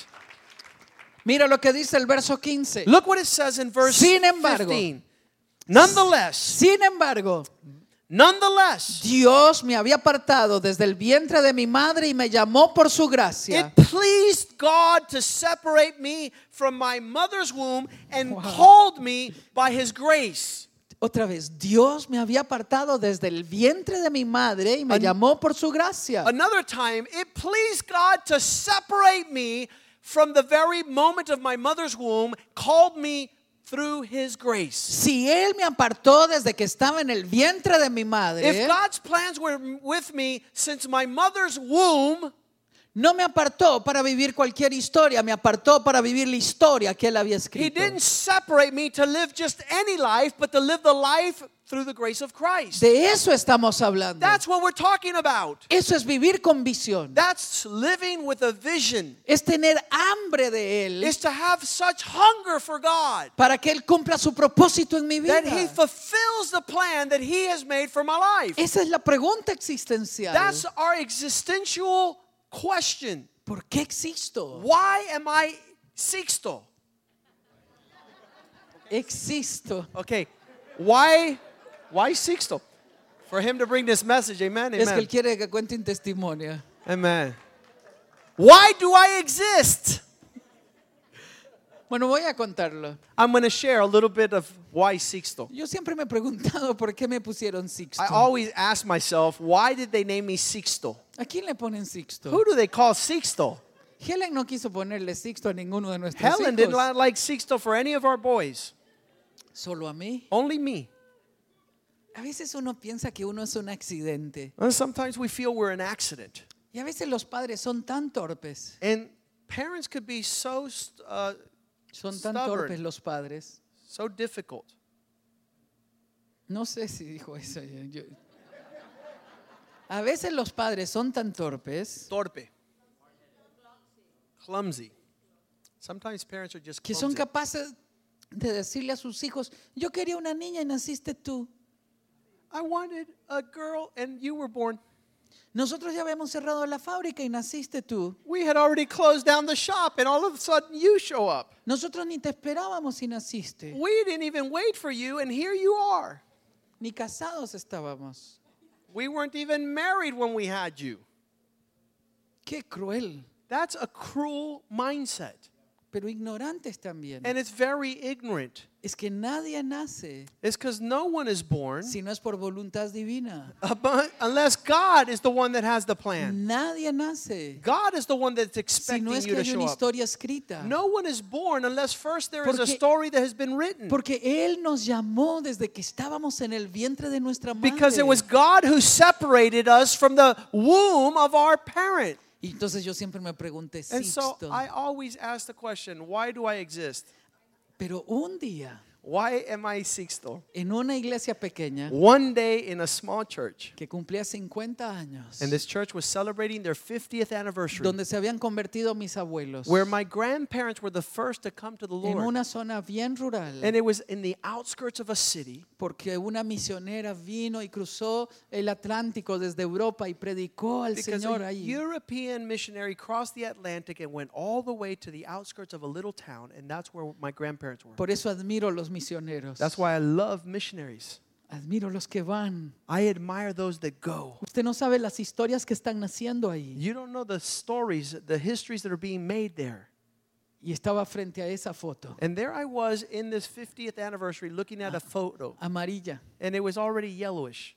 A: Mira lo que dice el verso 15.
B: Look what it says in verse
A: Sin embargo.
B: 15. Nonetheless,
A: Sin embargo,
B: nonetheless,
A: Dios me había apartado desde el vientre de mi madre y me llamó por su gracia.
B: it pleased God to separate me from my mother's womb and called me by his grace.
A: Otra vez, Dios me había apartado desde el vientre de mi madre y me
B: An-
A: llamó por su gracia.
B: Another time, it pleased God to separate me from the very moment of my mother's womb, called me through his grace.
A: Si Él me apartó desde que estaba en el vientre de mi madre,
B: If God's plans were with me since my mother's womb,
A: no me apartó para vivir cualquier historia, me apartó para vivir la historia que Él había
B: He
A: escrito.
B: didn't separate me to live just any life, but to live the life through the grace of Christ.
A: De eso estamos hablando.
B: That's what we're talking about.
A: Eso es vivir con visión.
B: That's living with a vision.
A: Es tener hambre de Él
B: Is to have such hunger for God
A: para que Él cumpla su propósito en mi vida.
B: that He fulfills the plan that He has made for my life.
A: Esa es la pregunta existencial.
B: That's our existential question.
A: ¿Por qué existo?
B: Why am I sixto?
A: Existo.
B: Okay, why, why sixto? For him to bring this message, amen,
A: Es que Él
B: amen,
A: quiere que cuente un testimonio.
B: amen. Why do I exist?
A: Bueno, voy a contarlo.
B: I'm going to share a little bit of why Sixto.
A: Yo siempre me he preguntado por qué me pusieron Sixto.
B: I always ask myself, why did they name me Sixto?
A: ¿A quién le ponen Sixto?
B: Who do they call Sixto?
A: Helen no quiso ponerle Sixto a ninguno de nuestros
B: Helen did
A: hijos,
B: not like Sixto for any of our boys,
A: solo a mí.
B: only me.
A: A veces uno piensa que uno es un accidente
B: And sometimes we feel we're an accident.
A: y a veces los padres son tan torpes,
B: And parents could be so, st- uh,
A: son tan
B: Stubborn.
A: torpes los padres.
B: so difficult.
A: No sé si dijo eso. yo- yo- A veces los padres son tan torpes
B: Torpe. Clumsy. Sometimes parents are just
A: que son
B: clumsy.
A: capaces de decirle a sus hijos, yo quería una niña y naciste tú.
B: I wanted a girl and you were born.
A: Nosotros ya habíamos cerrado la fábrica y naciste tú.
B: We had already closed down the shop and all of a sudden you show up.
A: Nosotros ni te esperábamos y naciste.
B: We didn't even wait for you and here you are.
A: Ni casados estábamos.
B: We weren't even married when we had you.
A: Qué cruel,
B: That's a cruel mindset.
A: pero ignorantes también.
B: And it's very ignorant.
A: Es que nadie nace
B: It's because no one is born
A: si no es por voluntad divina.
B: abu- unless God is the one that has the plan.
A: Nadie nace
B: God is the one that's
A: si
B: expecting
A: Mm. no es
B: you
A: que
B: to
A: hay
B: show
A: una
B: up.
A: historia escrita.
B: No one is born unless first there is a
A: Porque-
B: story that has been written.
A: Porque Él nos llamó desde que estábamos en el vientre de nuestra madre.
B: Because it was God who separated us from the womb of our parent.
A: Y entonces yo siempre me pregunté,
B: And so
A: Sixto,
B: I always ask the question, why do I exist?
A: pero un día
B: Why am I Sixto?
A: en una iglesia pequeña
B: One day in a small church,
A: que cumplía 50 años,
B: and this church was celebrating their 50th anniversary,
A: donde se habían convertido mis abuelos,
B: where my grandparents were the first to come to the
A: en
B: Lord.
A: una zona bien rural,
B: And it was in the outskirts of a city.
A: porque una misionera vino y cruzó el Atlántico desde Europa y predicó al
B: Because
A: Señor
B: a
A: ahí.
B: European missionary crossed the Atlantic and went all the way to the outskirts of a little town, and that's where my grandparents were.
A: Por eso admiro a los misioneros.
B: That's why I love missionaries.
A: Admiro a los que van.
B: I admire those that go.
A: Usted no sabe las historias que están naciendo ahí.
B: You don't know the stories, the histories that are being made there.
A: Y estaba frente a esa foto
B: And there I was in this 50th anniversary looking
A: Ah.
B: at a photo,
A: amarilla.
B: and it was already yellowish.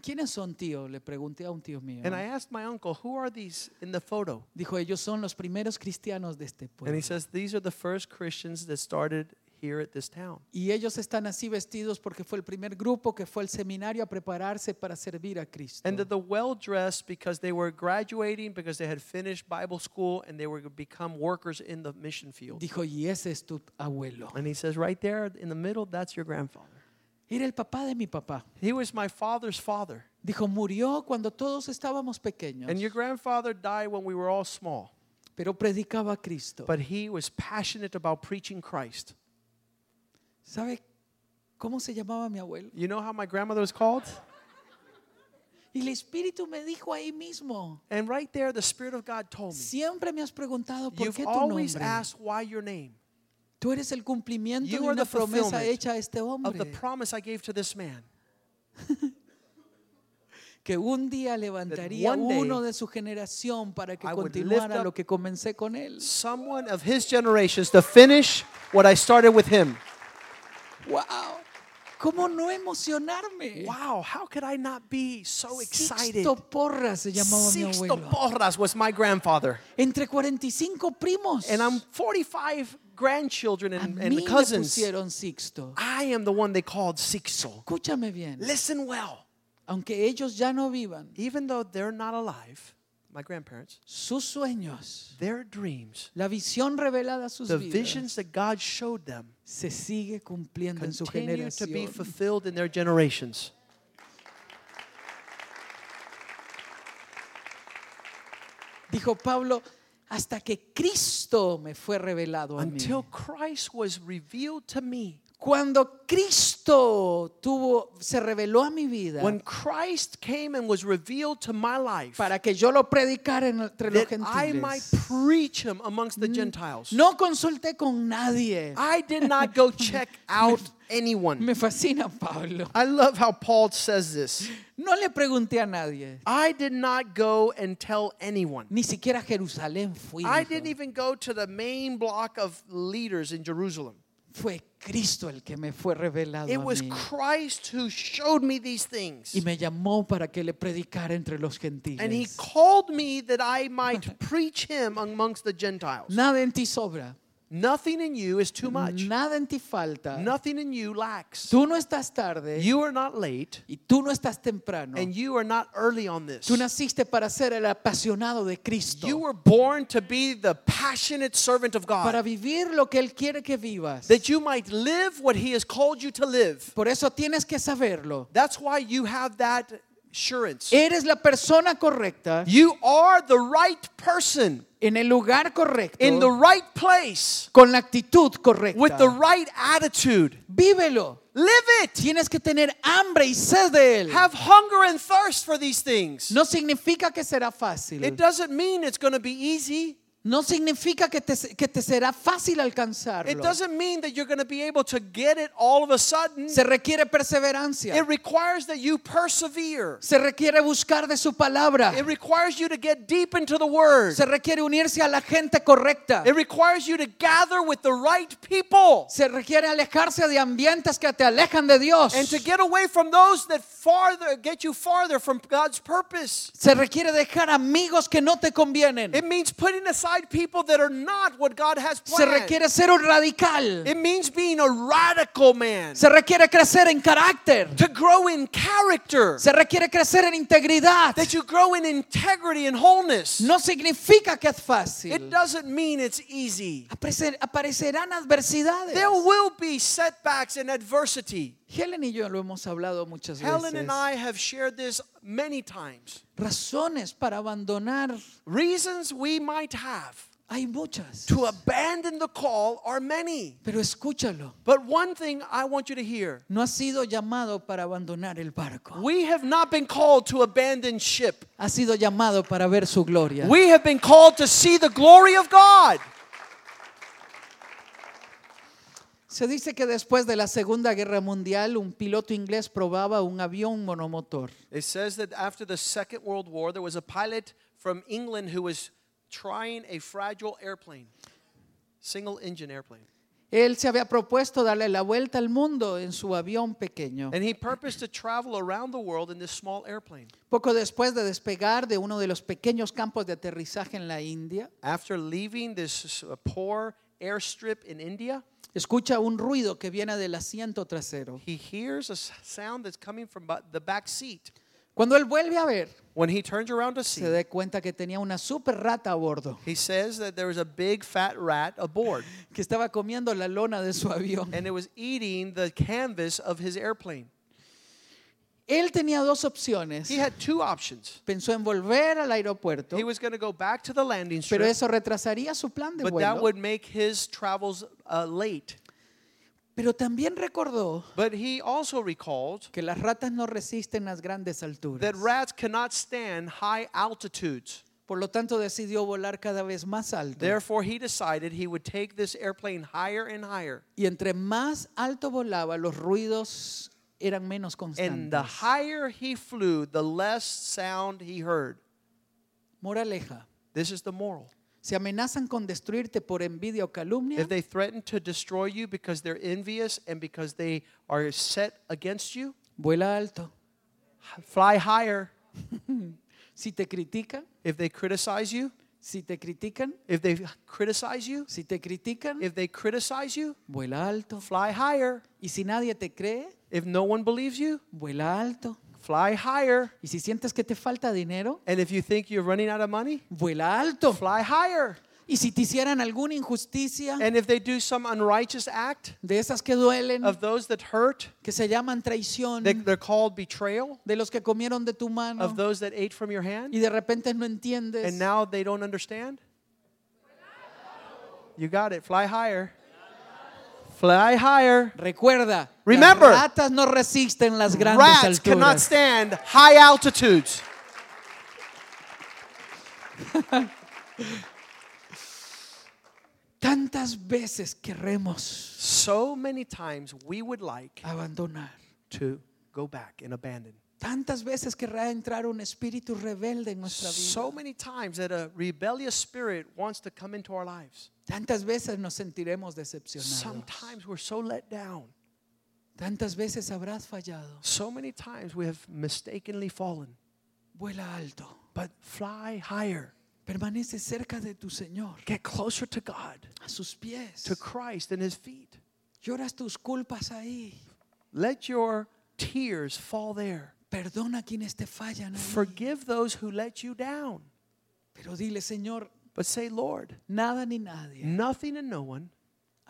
A: ¿Quiénes son tío? Le pregunté a un tío mío.
B: And I asked my uncle, Who are these in the photo?
A: Dijo, ellos son los primeros cristianos de este
B: And
A: pueblo.
B: he says, These are the first Christians that started here at this town.
A: Y ellos están así vestidos porque fue el primer grupo que fue al seminario a prepararse para servir a Cristo.
B: And that the well dressed because they were graduating, because they had finished Bible school, and they were to become workers in the mission field.
A: Dijo, y ese es tu abuelo.
B: And he says, Right there in the middle, that's your grandfather.
A: Era el papá de mi papá.
B: He was my father's father.
A: Dijo, murió cuando todos estábamos pequeños,
B: And your grandfather died when we were all small,
A: pero predicaba a Cristo.
B: but he was passionate about preaching Christ.
A: ¿Sabe cómo se llamaba mi abuelo?
B: You know how my grandmother was called?
A: Y el Espíritu me dijo ahí mismo,
B: And right there, the Spirit of God told me,
A: siempre me has preguntado por
B: You've
A: qué tu
B: always
A: nombre.
B: asked why your name,
A: Tú eres el cumplimiento de
B: You are
A: una
B: the
A: promesa
B: fulfillment
A: hecha a este
B: of the
A: hombre
B: promise I gave to this man.
A: que un día levantaría
B: one day
A: uno de su generación para que
B: I would lift
A: continuara
B: up-
A: lo que comencé con él.
B: Someone of his generations to finish what I started with him.
A: Wow. ¿Cómo no emocionarme?
B: Wow, how could I not be so excited?
A: Sixto Porras se llamaba mi
B: Sixto
A: abuelo.
B: Porras was my grandfather.
A: Entre 45 primos.
B: And I'm 45 grandchildren
A: a
B: and,
A: mí
B: and
A: me
B: cousins.
A: pusieron Sixto.
B: I am the one they called Sixto.
A: Ah, Escúchame bien.
B: Listen well.
A: Aunque ellos ya no vivan,
B: Even though they're not alive, my grandparents,
A: sus sueños,
B: their dreams,
A: la visión revelada a sus
B: the
A: vidas,
B: visions that God showed them,
A: se sigue cumpliendo en su
B: continue to be
A: generación.
B: fulfilled in their generations.
A: Dijo Pablo, hasta que Cristo me fue revelado a mí.
B: Until Christ was revealed to me.
A: Cuando Cristo tuvo, se reveló a mi vida
B: when Christ came and was revealed to my life,
A: para que yo lo predicara en- entre los
B: that I might
A: gentiles. Mm.
B: preach him amongst the Gentiles.
A: No consulté con nadie.
B: I did not go check out anyone.
A: Me fascina Pablo.
B: I love how Paul says this.
A: No le pregunté a nadie.
B: I did not go and tell anyone.
A: Ni siquiera a Jerusalén fui.
B: I
A: dijo.
B: didn't even go to the main block of leaders in Jerusalem.
A: Fue Cristo el que me fue revelado
B: It
A: a
B: was
A: mí.
B: Christ who showed me these
A: y
B: things.
A: me llamó para que le predicara entre los
B: And he
A: gentiles.
B: called me that I might preach him amongst the Gentiles.
A: Nada en ti sobra.
B: Nothing in you is too much.
A: Nada en ti falta.
B: Nothing in you lacks.
A: Tú no estás tarde
B: You are not late
A: y tú no estás temprano.
B: and you are not early on this.
A: Tú naciste para ser el apasionado de Cristo.
B: You were born to be the passionate servant of
A: para
B: God,
A: vivir lo que Él quiere que vivas.
B: that you might live what He has called you to live.
A: Por eso tienes que saberlo.
B: That's why you have that assurance.
A: Eres la persona correcta
B: You are the right person
A: en el lugar correcto.
B: in the right place
A: con la actitud correcta.
B: with the right attitude.
A: Vívelo.
B: Live it.
A: Tienes que tener hambre y sed de Él.
B: Have hunger and thirst for these things.
A: No significa que será fácil.
B: It doesn't mean it's going to be easy.
A: No significa que te, que te será fácil
B: It
A: alcanzarlo.
B: doesn't mean that you're going to be able to get it all of a sudden.
A: Se requiere perseverancia.
B: It requires that you persevere.
A: Se requiere buscar de su palabra.
B: It requires you to get deep into the word.
A: Se requiere unirse a la gente correcta.
B: It requires you to gather with the right people
A: Se requiere alejarse de ambientes que te alejan de Dios.
B: and to get away from those that farther get you farther from God's purpose.
A: Se requiere dejar amigos que no te convienen.
B: It means putting aside people that are not what God has
A: Se
B: planned.
A: requiere ser un radical.
B: It means being a radical man
A: Se requiere crecer en carácter.
B: to grow in character,
A: Se requiere crecer en integridad.
B: that you grow in integrity and wholeness.
A: No significa que es
B: It
A: fácil.
B: doesn't mean it's easy.
A: Aparecer- aparecerán adversidades.
B: There will be setbacks and adversity.
A: Helen y yo lo hemos hablado muchas
B: Helen
A: veces.
B: and I have shared this many times.
A: Razones para abandonar
B: Reasons we might have
A: hay muchas.
B: to abandon the call are many.
A: Pero escúchalo.
B: But one thing I want you to hear
A: No has sido llamado para abandonar el barco.
B: we have not been called to abandon ship,
A: Ha sido llamado para ver su gloria.
B: we have been called to see the glory of God.
A: Se dice que después de la Segunda Guerra Mundial, un piloto inglés probaba un avión monomotor.
B: It says that after the Second World War, there was a pilot from England who was trying a fragile airplane, single engine airplane.
A: Él se había propuesto darle la vuelta al mundo en su avión pequeño.
B: And he purposed to travel around the world in this small airplane.
A: Poco después de despegar de uno de los pequeños campos de aterrizaje en la India,
B: After leaving this uh, poor airstrip in India,
A: escucha un ruido que viene del asiento trasero.
B: he hears a s- sound that's coming from bu- the back seat.
A: Cuando él vuelve a ver,
B: When he turns around to
A: se
B: see,
A: da cuenta que tenía una super rata a bordo
B: he says that there was a big fat rat aboard
A: que estaba comiendo la lona de su avión.
B: and it was eating the canvas of his airplane.
A: Él tenía dos opciones.
B: He had two options.
A: Pensó en volver al aeropuerto,
B: He was going to go back to the landing
A: pero
B: strip,
A: eso retrasaría su plan de
B: but that
A: vuelo.
B: would make his travels uh, late.
A: Pero también recordó
B: But he also recalled
A: que las ratas no resisten las grandes alturas.
B: that rats cannot stand high altitudes.
A: Por lo tanto, decidió volar cada vez más alto.
B: Therefore, he decided he would take this airplane higher and higher.
A: Y entre más alto volaba, los ruidos eran menos
B: And the
A: constantes.
B: higher he flew, the less sound he heard.
A: Moraleja,
B: This is the moral.
A: si amenazan con destruirte por envidia o calumnia,
B: If they threaten to destroy you because they're envious and because they are set against you,
A: vuela alto.
B: fly higher.
A: Si te critican,
B: If they criticize you,
A: si te critican,
B: if they criticize you,
A: si te critican,
B: if they criticize you,
A: vuela alto.
B: fly higher.
A: Y si nadie te cree,
B: If no one believes you,
A: vuela alto.
B: fly higher.
A: Y si sientes que te falta dinero,
B: And if you think you're running out of money,
A: vuela alto.
B: fly higher.
A: Y si te hicieran alguna injusticia
B: And if they do some unrighteous act
A: de esas que duelen,
B: of those that hurt,
A: que se llaman traición,
B: They, are called betrayal
A: de los que comieron de tu
B: of
A: mano
B: those that ate from your
A: y
B: hand,
A: de repente no
B: and
A: entiendes,
B: now they don't understand. You got it. Fly higher. Fly higher.
A: Recuerda,
B: Remember,
A: las ratas no resisten las grandes
B: Rats cannot
A: alturas.
B: stand high altitudes.
A: Tantas veces queremos
B: So many times we would like
A: abandonar.
B: to go back and abandon.
A: Tantas veces querrá entrar un espíritu rebelde en nuestra vida.
B: So many times that a rebellious spirit wants to come into our lives.
A: Tantas veces nos sentiremos decepcionados.
B: Sometimes we're so let down.
A: Tantas veces habrás fallado.
B: So many times we have mistakenly fallen.
A: Vuela alto.
B: But fly higher.
A: Permanece cerca de tu Señor,
B: Get closer to God,
A: a sus pies.
B: to Christ and His feet.
A: Lloras tus culpas ahí.
B: Let your tears fall there.
A: Perdona a quienes te fallan. ahí.
B: Forgive those who let you down.
A: Pero dile, Señor,
B: But say, Lord,
A: nada ni nadie
B: nothing and no one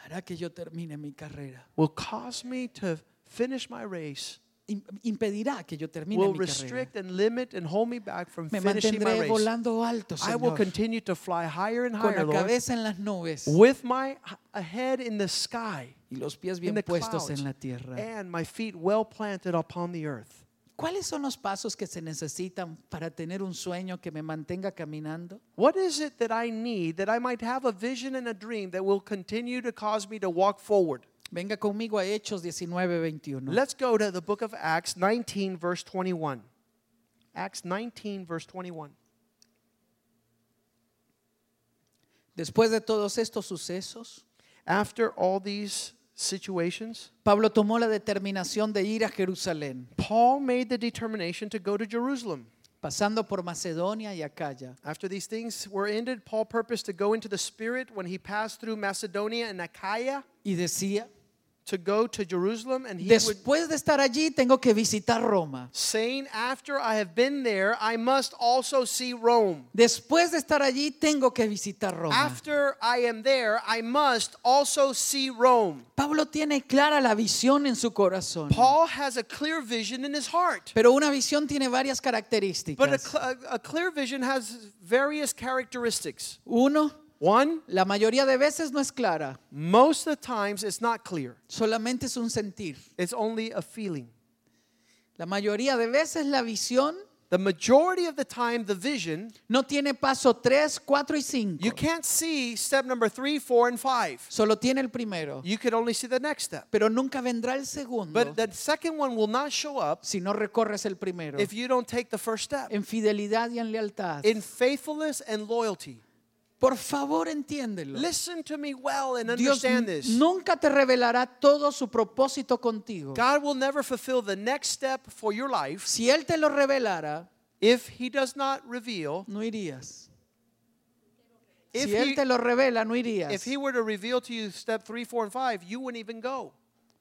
A: hará que yo termine mi carrera.
B: will cause me to finish my race,
A: Im- impedirá que yo termine
B: will
A: mi carrera.
B: restrict and limit and hold me back from
A: Me
B: finishing my
A: mantendré
B: race.
A: volando alto,
B: I will
A: Señor,
B: continue to fly higher and
A: con
B: higher,
A: la
B: Lord,
A: cabeza en las nubes
B: with my h- head in the sky,
A: y los pies
B: in
A: bien
B: the
A: puestos
B: clouds,
A: en la tierra.
B: and my feet well planted upon the earth.
A: ¿Cuáles son los pasos que se necesitan para tener un sueño que me mantenga caminando?
B: What is it that I need that I might have a vision and a dream that will continue to cause me to walk forward?
A: Venga conmigo a Hechos 19, 21.
B: Let's go to the book of Acts 19, verse 21. Acts 19, verse 21.
A: Después de todos estos sucesos,
B: After all these situations,
A: Pablo tomó la determinación de ir a Jerusalén,
B: Paul made the determination to go to Jerusalem.
A: pasando por Macedonia y Acaya.
B: After these things were ended, Paul purposed to go into the Spirit when he passed through Macedonia and Achaia
A: Y decía,
B: to go to Jerusalem. And he would,
A: después de estar allí tengo que visitar Roma.
B: saying, After I have been there, I must also see Rome.
A: Después de estar allí tengo que visitar Roma.
B: After I am there, I must also see Rome.
A: Pablo tiene clara la visión en su corazón.
B: Paul has a clear vision in his heart.
A: Pero una visión tiene varias
B: But a,
A: características.
B: cl- a- a clear vision has various characteristics.
A: Uno,
B: One,
A: la mayoría de veces no es clara,
B: most of the times it's not clear.
A: solamente es un sentir.
B: It's only a feeling.
A: La mayoría de veces la visión
B: The majority of the time, the vision,
A: no tiene paso 3, 4 y 5.
B: you can't see step number three, four, and five.
A: Solo tiene el primero,
B: You can only see the next step.
A: pero nunca vendrá el segundo
B: But the second one will not show up
A: si no recorres el primero.
B: if you don't take the first step
A: En fidelidad y en lealtad.
B: in faithfulness and loyalty.
A: Por favor, entiéndelo.
B: Listen to me well and
A: Dios
B: understand this.
A: nunca te revelará todo su propósito contigo.
B: God will never fulfill the next step for your life
A: Si Él te lo revelara,
B: if He does not reveal.
A: no irías.
B: If
A: si Él
B: he,
A: te lo revela, no irías.
B: if he were to reveal to you step three, four, and five, you wouldn't even go.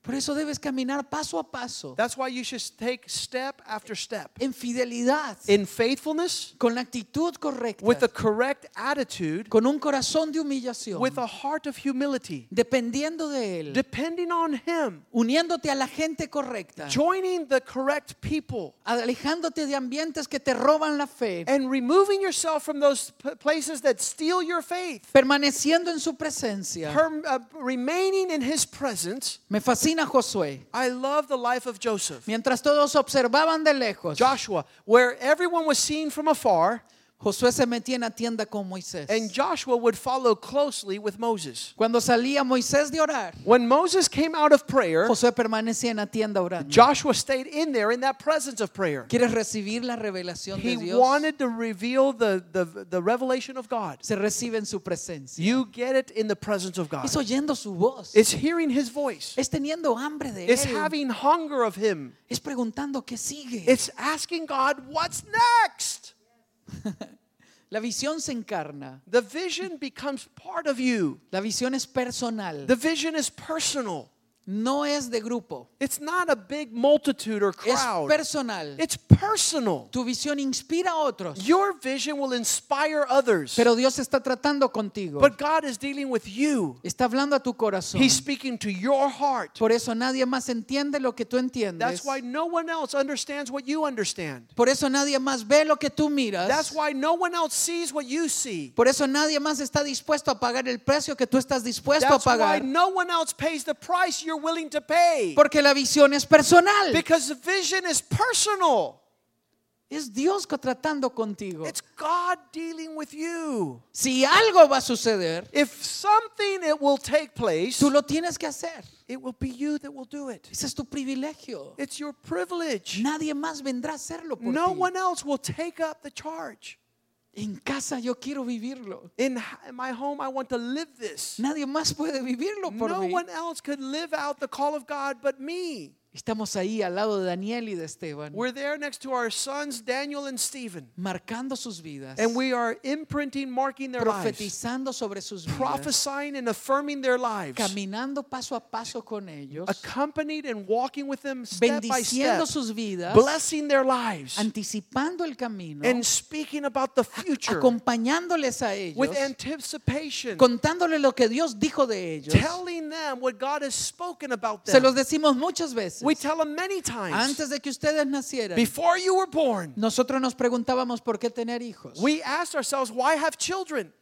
A: Por eso debes caminar paso a paso,
B: That's why you should take step after step
A: en fidelidad,
B: in faithfulness,
A: con la actitud correcta,
B: with the correct attitude,
A: con un corazón de humillación,
B: with a heart of humility,
A: dependiendo de Él,
B: depending on Him,
A: uniéndote a la gente correcta,
B: joining the correct people,
A: alejándote de ambientes que te roban la fe,
B: and removing yourself from those p- places that steal your faith.
A: permaneciendo en su presencia.
B: Her- uh, remaining in His presence.
A: Me fascina Josué.
B: I love the life of Joseph.
A: Mientras todos observaban de lejos,
B: Joshua, where everyone was seen from afar,
A: Josué se metía en la tienda con Moisés.
B: and Joshua would follow closely with Moses.
A: Cuando salía Moisés de orar,
B: When Moses came out of prayer,
A: Josué permanecía en la tienda orando.
B: Joshua stayed in there in that presence of prayer.
A: ¿Quieres recibir la revelación
B: He
A: de Dios?
B: wanted to reveal the, the, the revelation of God.
A: Se recibe en su presencia.
B: You get it in the presence of God.
A: Es oyendo su voz.
B: It's hearing his voice.
A: Es teniendo hambre de
B: It's
A: él.
B: having hunger of him.
A: Es preguntando qué sigue.
B: It's asking God, what's next?
A: La visión se encarna.
B: The vision becomes part of you.
A: La visión es personal.
B: The vision is personal.
A: no es de grupo,
B: It's not a big multitude or
A: es
B: crowd.
A: personal.
B: It's personal.
A: Tu visión inspira a otros,
B: Your vision will inspire others.
A: pero Dios está tratando contigo.
B: But God is dealing with you.
A: Está hablando a tu corazón.
B: He's speaking to your heart.
A: Por eso nadie más entiende lo que tú entiendes.
B: That's why no one else understands what you understand.
A: Por eso nadie más ve lo que tú
B: That's
A: miras.
B: why no one else sees what you see.
A: Por eso nadie más está dispuesto a pagar el precio que tú estás dispuesto a
B: That's why
A: pagar.
B: no one else pays the price you're willing to pay.
A: Porque la visión es personal.
B: Because the vision is personal.
A: Es Dios co- tratando contigo.
B: It's God dealing with you.
A: Si algo va a suceder,
B: If something it will take place,
A: tú lo tienes que hacer.
B: it will be you that will do it.
A: Ese es tu privilegio.
B: It's your privilege.
A: Nadie más vendrá a hacerlo por
B: No
A: ti.
B: one else will take up the charge.
A: En casa yo quiero vivirlo.
B: In h- in my home, I want to live this.
A: Nadie más puede vivirlo por
B: No
A: mí.
B: one else could live out the call of God but me.
A: Estamos ahí al lado de Daniel y de Esteban,
B: We're there next to our sons, Daniel and Stephen,
A: marcando sus vidas,
B: and we are imprinting, marking their lives,
A: profetizando sobre sus vidas,
B: prophesying and affirming their lives,
A: caminando paso a paso con ellos,
B: accompanied and walking with them step by
A: bendiciendo
B: step,
A: sus vidas,
B: blessing their lives,
A: anticipando el camino,
B: and speaking about the future
A: acompañándoles a ellos,
B: with anticipation,
A: contándoles lo que Dios dijo de ellos.
B: telling them what God has spoken about
A: Se los
B: them.
A: decimos muchas veces.
B: We tell them many times.
A: Antes de que ustedes nacieran,
B: Before you were born,
A: nosotros nos preguntábamos por qué tener hijos.
B: we asked ourselves, why have children?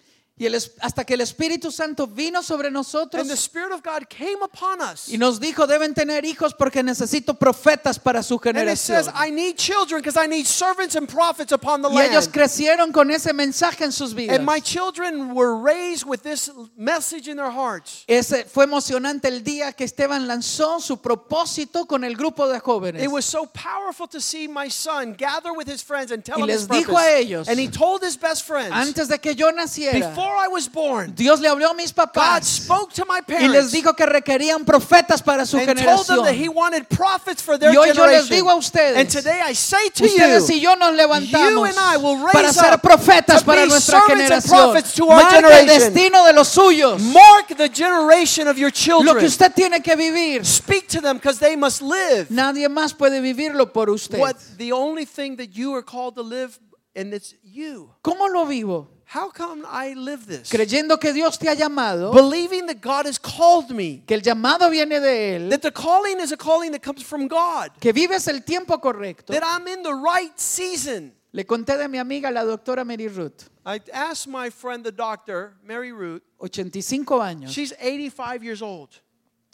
A: Y el es- hasta que el Espíritu Santo vino sobre nosotros
B: And the Spirit of God came upon us.
A: y nos dijo, deben tener hijos porque necesito profetas para su
B: And it
A: generación.
B: says, I need children because I need servants and prophets upon the
A: Y ellos
B: land.
A: crecieron con ese mensaje en sus vidas.
B: And my children were raised with this message in their hearts.
A: Ese fue emocionante el día que Esteban lanzó su propósito con el grupo de jóvenes.
B: It was so powerful to see my son gather with his friends and tell
A: Y
B: them his
A: les dijo
B: purpose.
A: a ellos,
B: and he told his best friends,
A: Antes de que yo naciera,
B: before I was born,
A: Dios le habló a mis
B: God
A: papás
B: spoke to my
A: y les
B: parents
A: dijo que requerían profetas para su
B: and told them
A: generación.
B: that he wanted prophets for their
A: Y hoy yo les
B: generation.
A: digo a ustedes,
B: and today I say to you,
A: Ustedes y yo nos
B: You
A: levantamos
B: and I will raise
A: para ser
B: up
A: profetas
B: to
A: para
B: be
A: nuestra
B: servants and
A: generación.
B: prophets to our
A: Marca el
B: generation.
A: destino de los suyos.
B: Mark the generation of your
A: Lo
B: children.
A: que usted tiene que vivir,
B: Speak to them because they must live.
A: nadie más puede vivirlo por usted.
B: What the only thing that you are called to live, and it's you.
A: ¿Cómo lo vivo?
B: How come I live this?
A: Creyendo que Dios te ha llamado,
B: Believing that God has called me.
A: que el llamado viene de Él,
B: That the calling is a calling that comes from God.
A: que vives el tiempo correcto.
B: That I'm in the right season.
A: Le conté de mi amiga la doctora Mary Ruth,
B: I asked my friend, the doctor, Mary Ruth.
A: 85 años.
B: She's 85 years old.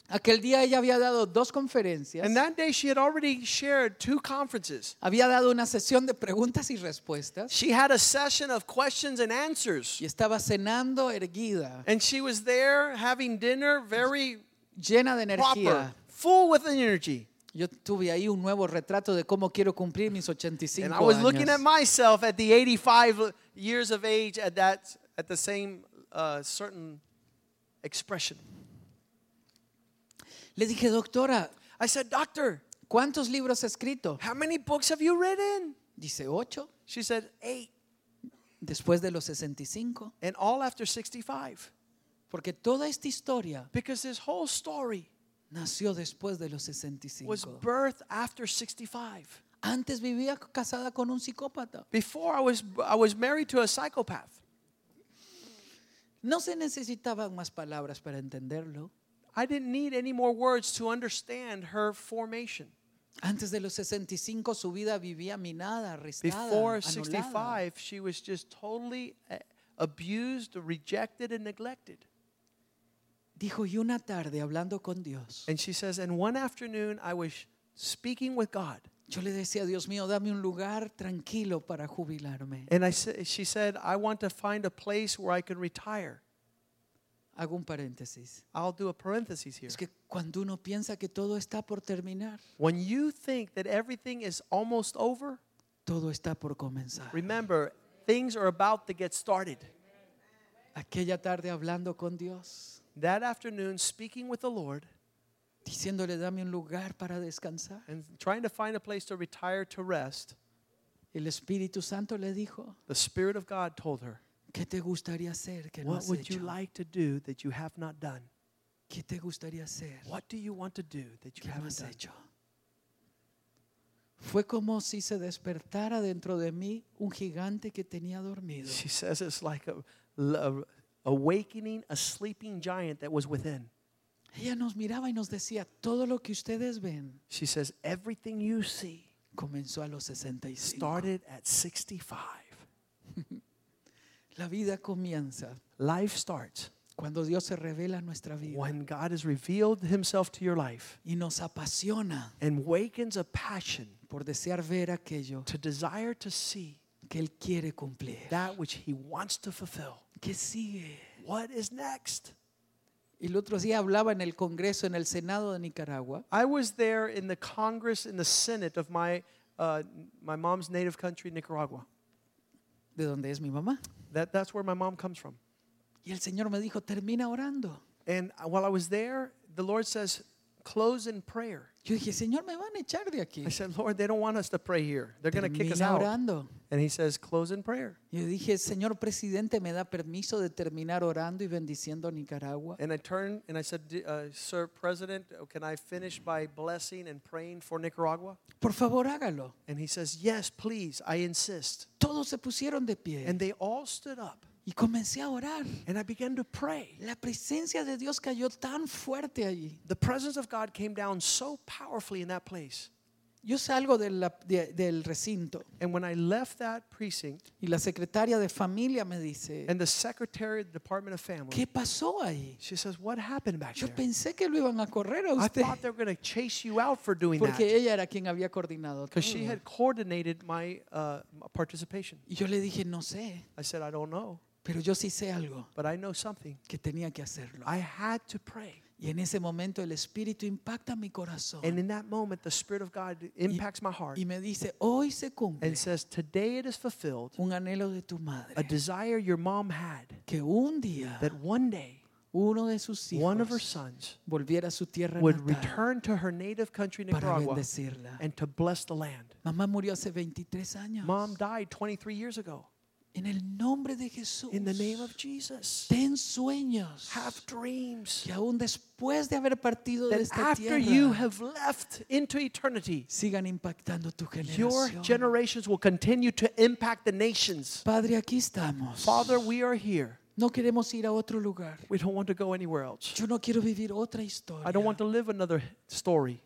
A: Aquel día ella había dado dos conferencias,
B: And that day she had already shared two conferences.
A: había dado una sesión de preguntas y respuestas
B: She had a session of questions and answers.
A: y estaba cenando erguida.
B: And she was there having dinner, very
A: llena de
B: proper,
A: energía.
B: full with energy.
A: Yo tuve ahí un nuevo retrato de cómo quiero cumplir mis 85
B: And I was looking at
A: años.
B: myself at the 85 years of age at that at the same uh, certain expression.
A: Le dije, doctora,
B: I said, "Doctor,
A: ¿cuántos libros ha escrito?
B: how many books have you written?"
A: Dice, 8,
B: She said, eight,
A: después de los 65.
B: and all after 65."
A: Porque toda esta historia
B: Because this whole story
A: nació después de los
B: was
A: 65.
B: birthed after 65.
A: Antes vivía casada con un psicópata.
B: Before I was I was married to a psychopath.
A: No se necesitaban más palabras para entenderlo.
B: I didn't need any more words to understand her formation.
A: Antes de los 65 su vida vivía minada, arrestada,
B: Before
A: anulada.
B: 65, she was just totally uh, abused, rejected, and neglected.
A: Dijo, y una tarde hablando con Dios,
B: And she says, And one afternoon I was speaking with God.
A: Yo le decía, Dios mío, dame un lugar tranquilo para jubilarme.
B: And I sa- she said, I want to find a place where I can retire.
A: Hago un paréntesis.
B: I'll do a parenthesis here.
A: Es que cuando uno piensa que todo está por terminar,
B: When you think that everything is almost over,
A: todo está por comenzar.
B: remember, things are about to get started.
A: Aquella tarde hablando con Dios,
B: That afternoon, speaking with the Lord
A: diciéndole, dame un lugar para descansar.
B: and trying to find a place to retire to rest,
A: El Espíritu Santo le dijo,
B: the Spirit of God told her,
A: ¿qué te gustaría hacer que no
B: What
A: has
B: would you
A: hecho?
B: like to do that you have not done?
A: ¿Qué te gustaría hacer?
B: What do you want to do that you
A: ¿Qué no
B: haven't
A: has
B: done?
A: hecho? Fue como si se despertara dentro de mí un gigante que tenía dormido.
B: She says it's like a, a awakening a sleeping giant that was within.
A: Ella nos miraba y nos decía, todo lo que ustedes ven
B: She says everything you see
A: comenzó a los 65.
B: started at 65.
A: La vida comienza
B: Life starts
A: cuando Dios se revela en nuestra vida
B: when God has revealed himself to your life
A: y nos apasiona
B: and wakens a passion
A: por desear ver aquello
B: to desire to see
A: que Él quiere cumplir.
B: that which he wants to fulfill.
A: ¿Qué sigue?
B: What is next?
A: Y El otro día hablaba en el Congreso, en el Senado de Nicaragua,
B: I was there in the Congress in the Senate of my uh, my mom's native country, Nicaragua.
A: de donde es mi mamá.
B: That that's where my mom comes from.
A: Y el Señor me dijo, termina orando.
B: And while I was there, the Lord says, "Close in prayer."
A: Yo dije, Señor, me van a echar de aquí.
B: I said, "Lord, they don't want us to pray here. They're going to kick us
A: Termina
B: out."
A: orando.
B: And He says, "Close in prayer."
A: Yo dije, Señor presidente, ¿me da permiso de terminar orando y bendiciendo a Nicaragua?
B: And I turned and I said, "D- uh, "Sir President, can I finish by blessing and praying for Nicaragua?"
A: Por favor, hágalo.
B: And he says, "Yes, please. I insist."
A: Todos se pusieron de pie
B: And they all stood up,
A: y comencé a orar.
B: and I began to pray.
A: La presencia de Dios cayó tan fuerte allí.
B: The presence of God came down so powerfully in that place.
A: Yo salgo de la- de- del recinto
B: And when I left that precinct,
A: y la secretaria de familia me dice,
B: and the secretary of the Department of Family,
A: ¿qué pasó ahí?
B: she says, "What happened back
A: Yo
B: there?"
A: pensé que lo iban a correr a
B: I
A: usted
B: thought they were going to chase you out for doing that.
A: porque ella era quien había coordinado.
B: because
A: todo.
B: she had coordinated my uh, my participation.
A: Y yo le dije, no sé,
B: I said, I don't know,
A: pero yo sí sé algo,
B: but I know something.
A: que tenía que hacerlo.
B: I had to pray.
A: Y en ese momento el Espíritu impacta mi corazón
B: And in that moment, the Spirit of God impacts my heart
A: y me dice, hoy se cumple
B: and says, Today it is fulfilled
A: un anhelo de tu madre
B: a desire your mom had
A: que un día
B: that one day
A: uno de sus
B: one of her
A: hijos
B: sons
A: volviera a su tierra
B: would
A: natal
B: return to her native country,
A: para
B: Nicaragua,
A: bendecirla.
B: and to bless the land.
A: Mamá murió hace 23 años.
B: Mom died 23 years ago.
A: En el nombre de Jesús.
B: In the name of Jesus,
A: Ten sueños
B: have dreams
A: que aún después de haber partido de
B: that
A: esta
B: after
A: tierra
B: you have left into eternity,
A: sigan impactando tu
B: Your
A: generación.
B: generations will continue to impact the nations.
A: Padre, aquí estamos.
B: Father, we are here.
A: No queremos ir a otro lugar.
B: We don't want to go anywhere else.
A: Yo no quiero vivir otra historia.
B: I don't want to live another story.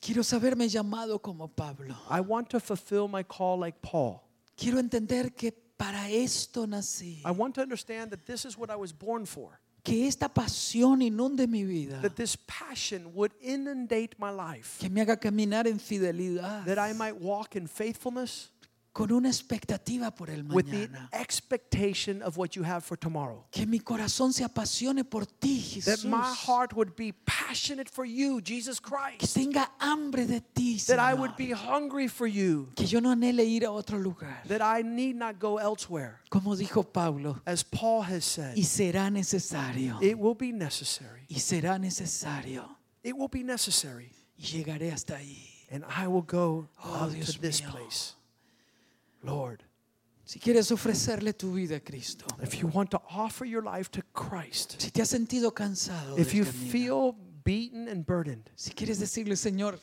A: Quiero saberme llamado como Pablo.
B: I want to fulfill my call like Paul.
A: Quiero entender que para esto nací.
B: I want to understand that this is what I was born for,
A: Que esta pasión inunde mi vida.
B: that this passion would inundate my life,
A: Que me haga caminar en fidelidad.
B: that I might walk in faithfulness
A: Con una expectativa por el
B: with the
A: mañana.
B: expectation of what you have for tomorrow.
A: Que mi corazón se apasione por ti,
B: That
A: Jesús.
B: my heart would be passionate for you, Jesus
A: Que
B: Christ.
A: tenga hambre de ti,
B: That I
A: Señor.
B: would be hungry for you.
A: Que yo no anhele ir a otro lugar.
B: that I need not go elsewhere.
A: Como dijo Pablo,
B: As Paul has said,
A: y será necesario.
B: it will be necessary.
A: Y será necesario.
B: It will be necessary.
A: Y llegaré hasta ahí.
B: And I will go
A: Oh,
B: up
A: Dios
B: to this
A: mío.
B: place. Lord,
A: Si quieres ofrecerle tu vida a Cristo.
B: if you want to offer your life to Christ,
A: Si te has sentido cansado,
B: if
A: del
B: you
A: camino,
B: feel beaten and burdened,
A: si quieres decirle, Señor,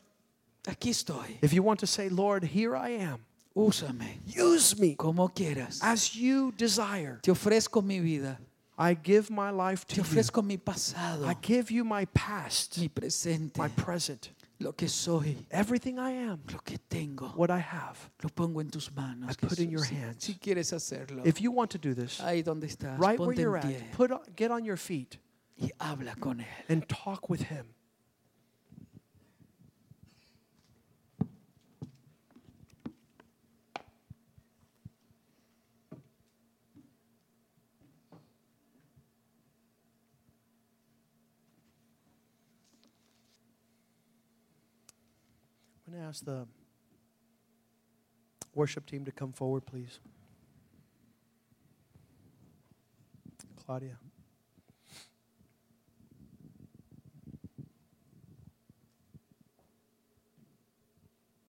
A: aquí estoy,
B: if you want to say, Lord, here I am,
A: úsame
B: use me
A: como quieras.
B: as you desire.
A: Te ofrezco mi vida,
B: I give my life
A: te
B: to you.
A: ofrezco mi pasado,
B: I give you my past,
A: mi presente,
B: my present,
A: lo que soy,
B: everything I am,
A: lo que tengo.
B: what I have.
A: Lo pongo en tus manos.
B: I put in
A: Jesús.
B: your hands.
A: Si quieres hacerlo,
B: If you want to do this,
A: ahí donde estás,
B: right where
A: ponte
B: you're
A: en
B: at,
A: pie
B: put on, get on your feet
A: y habla con él.
B: and talk with him. I'm going to ask the worship team to come forward, please. Claudia.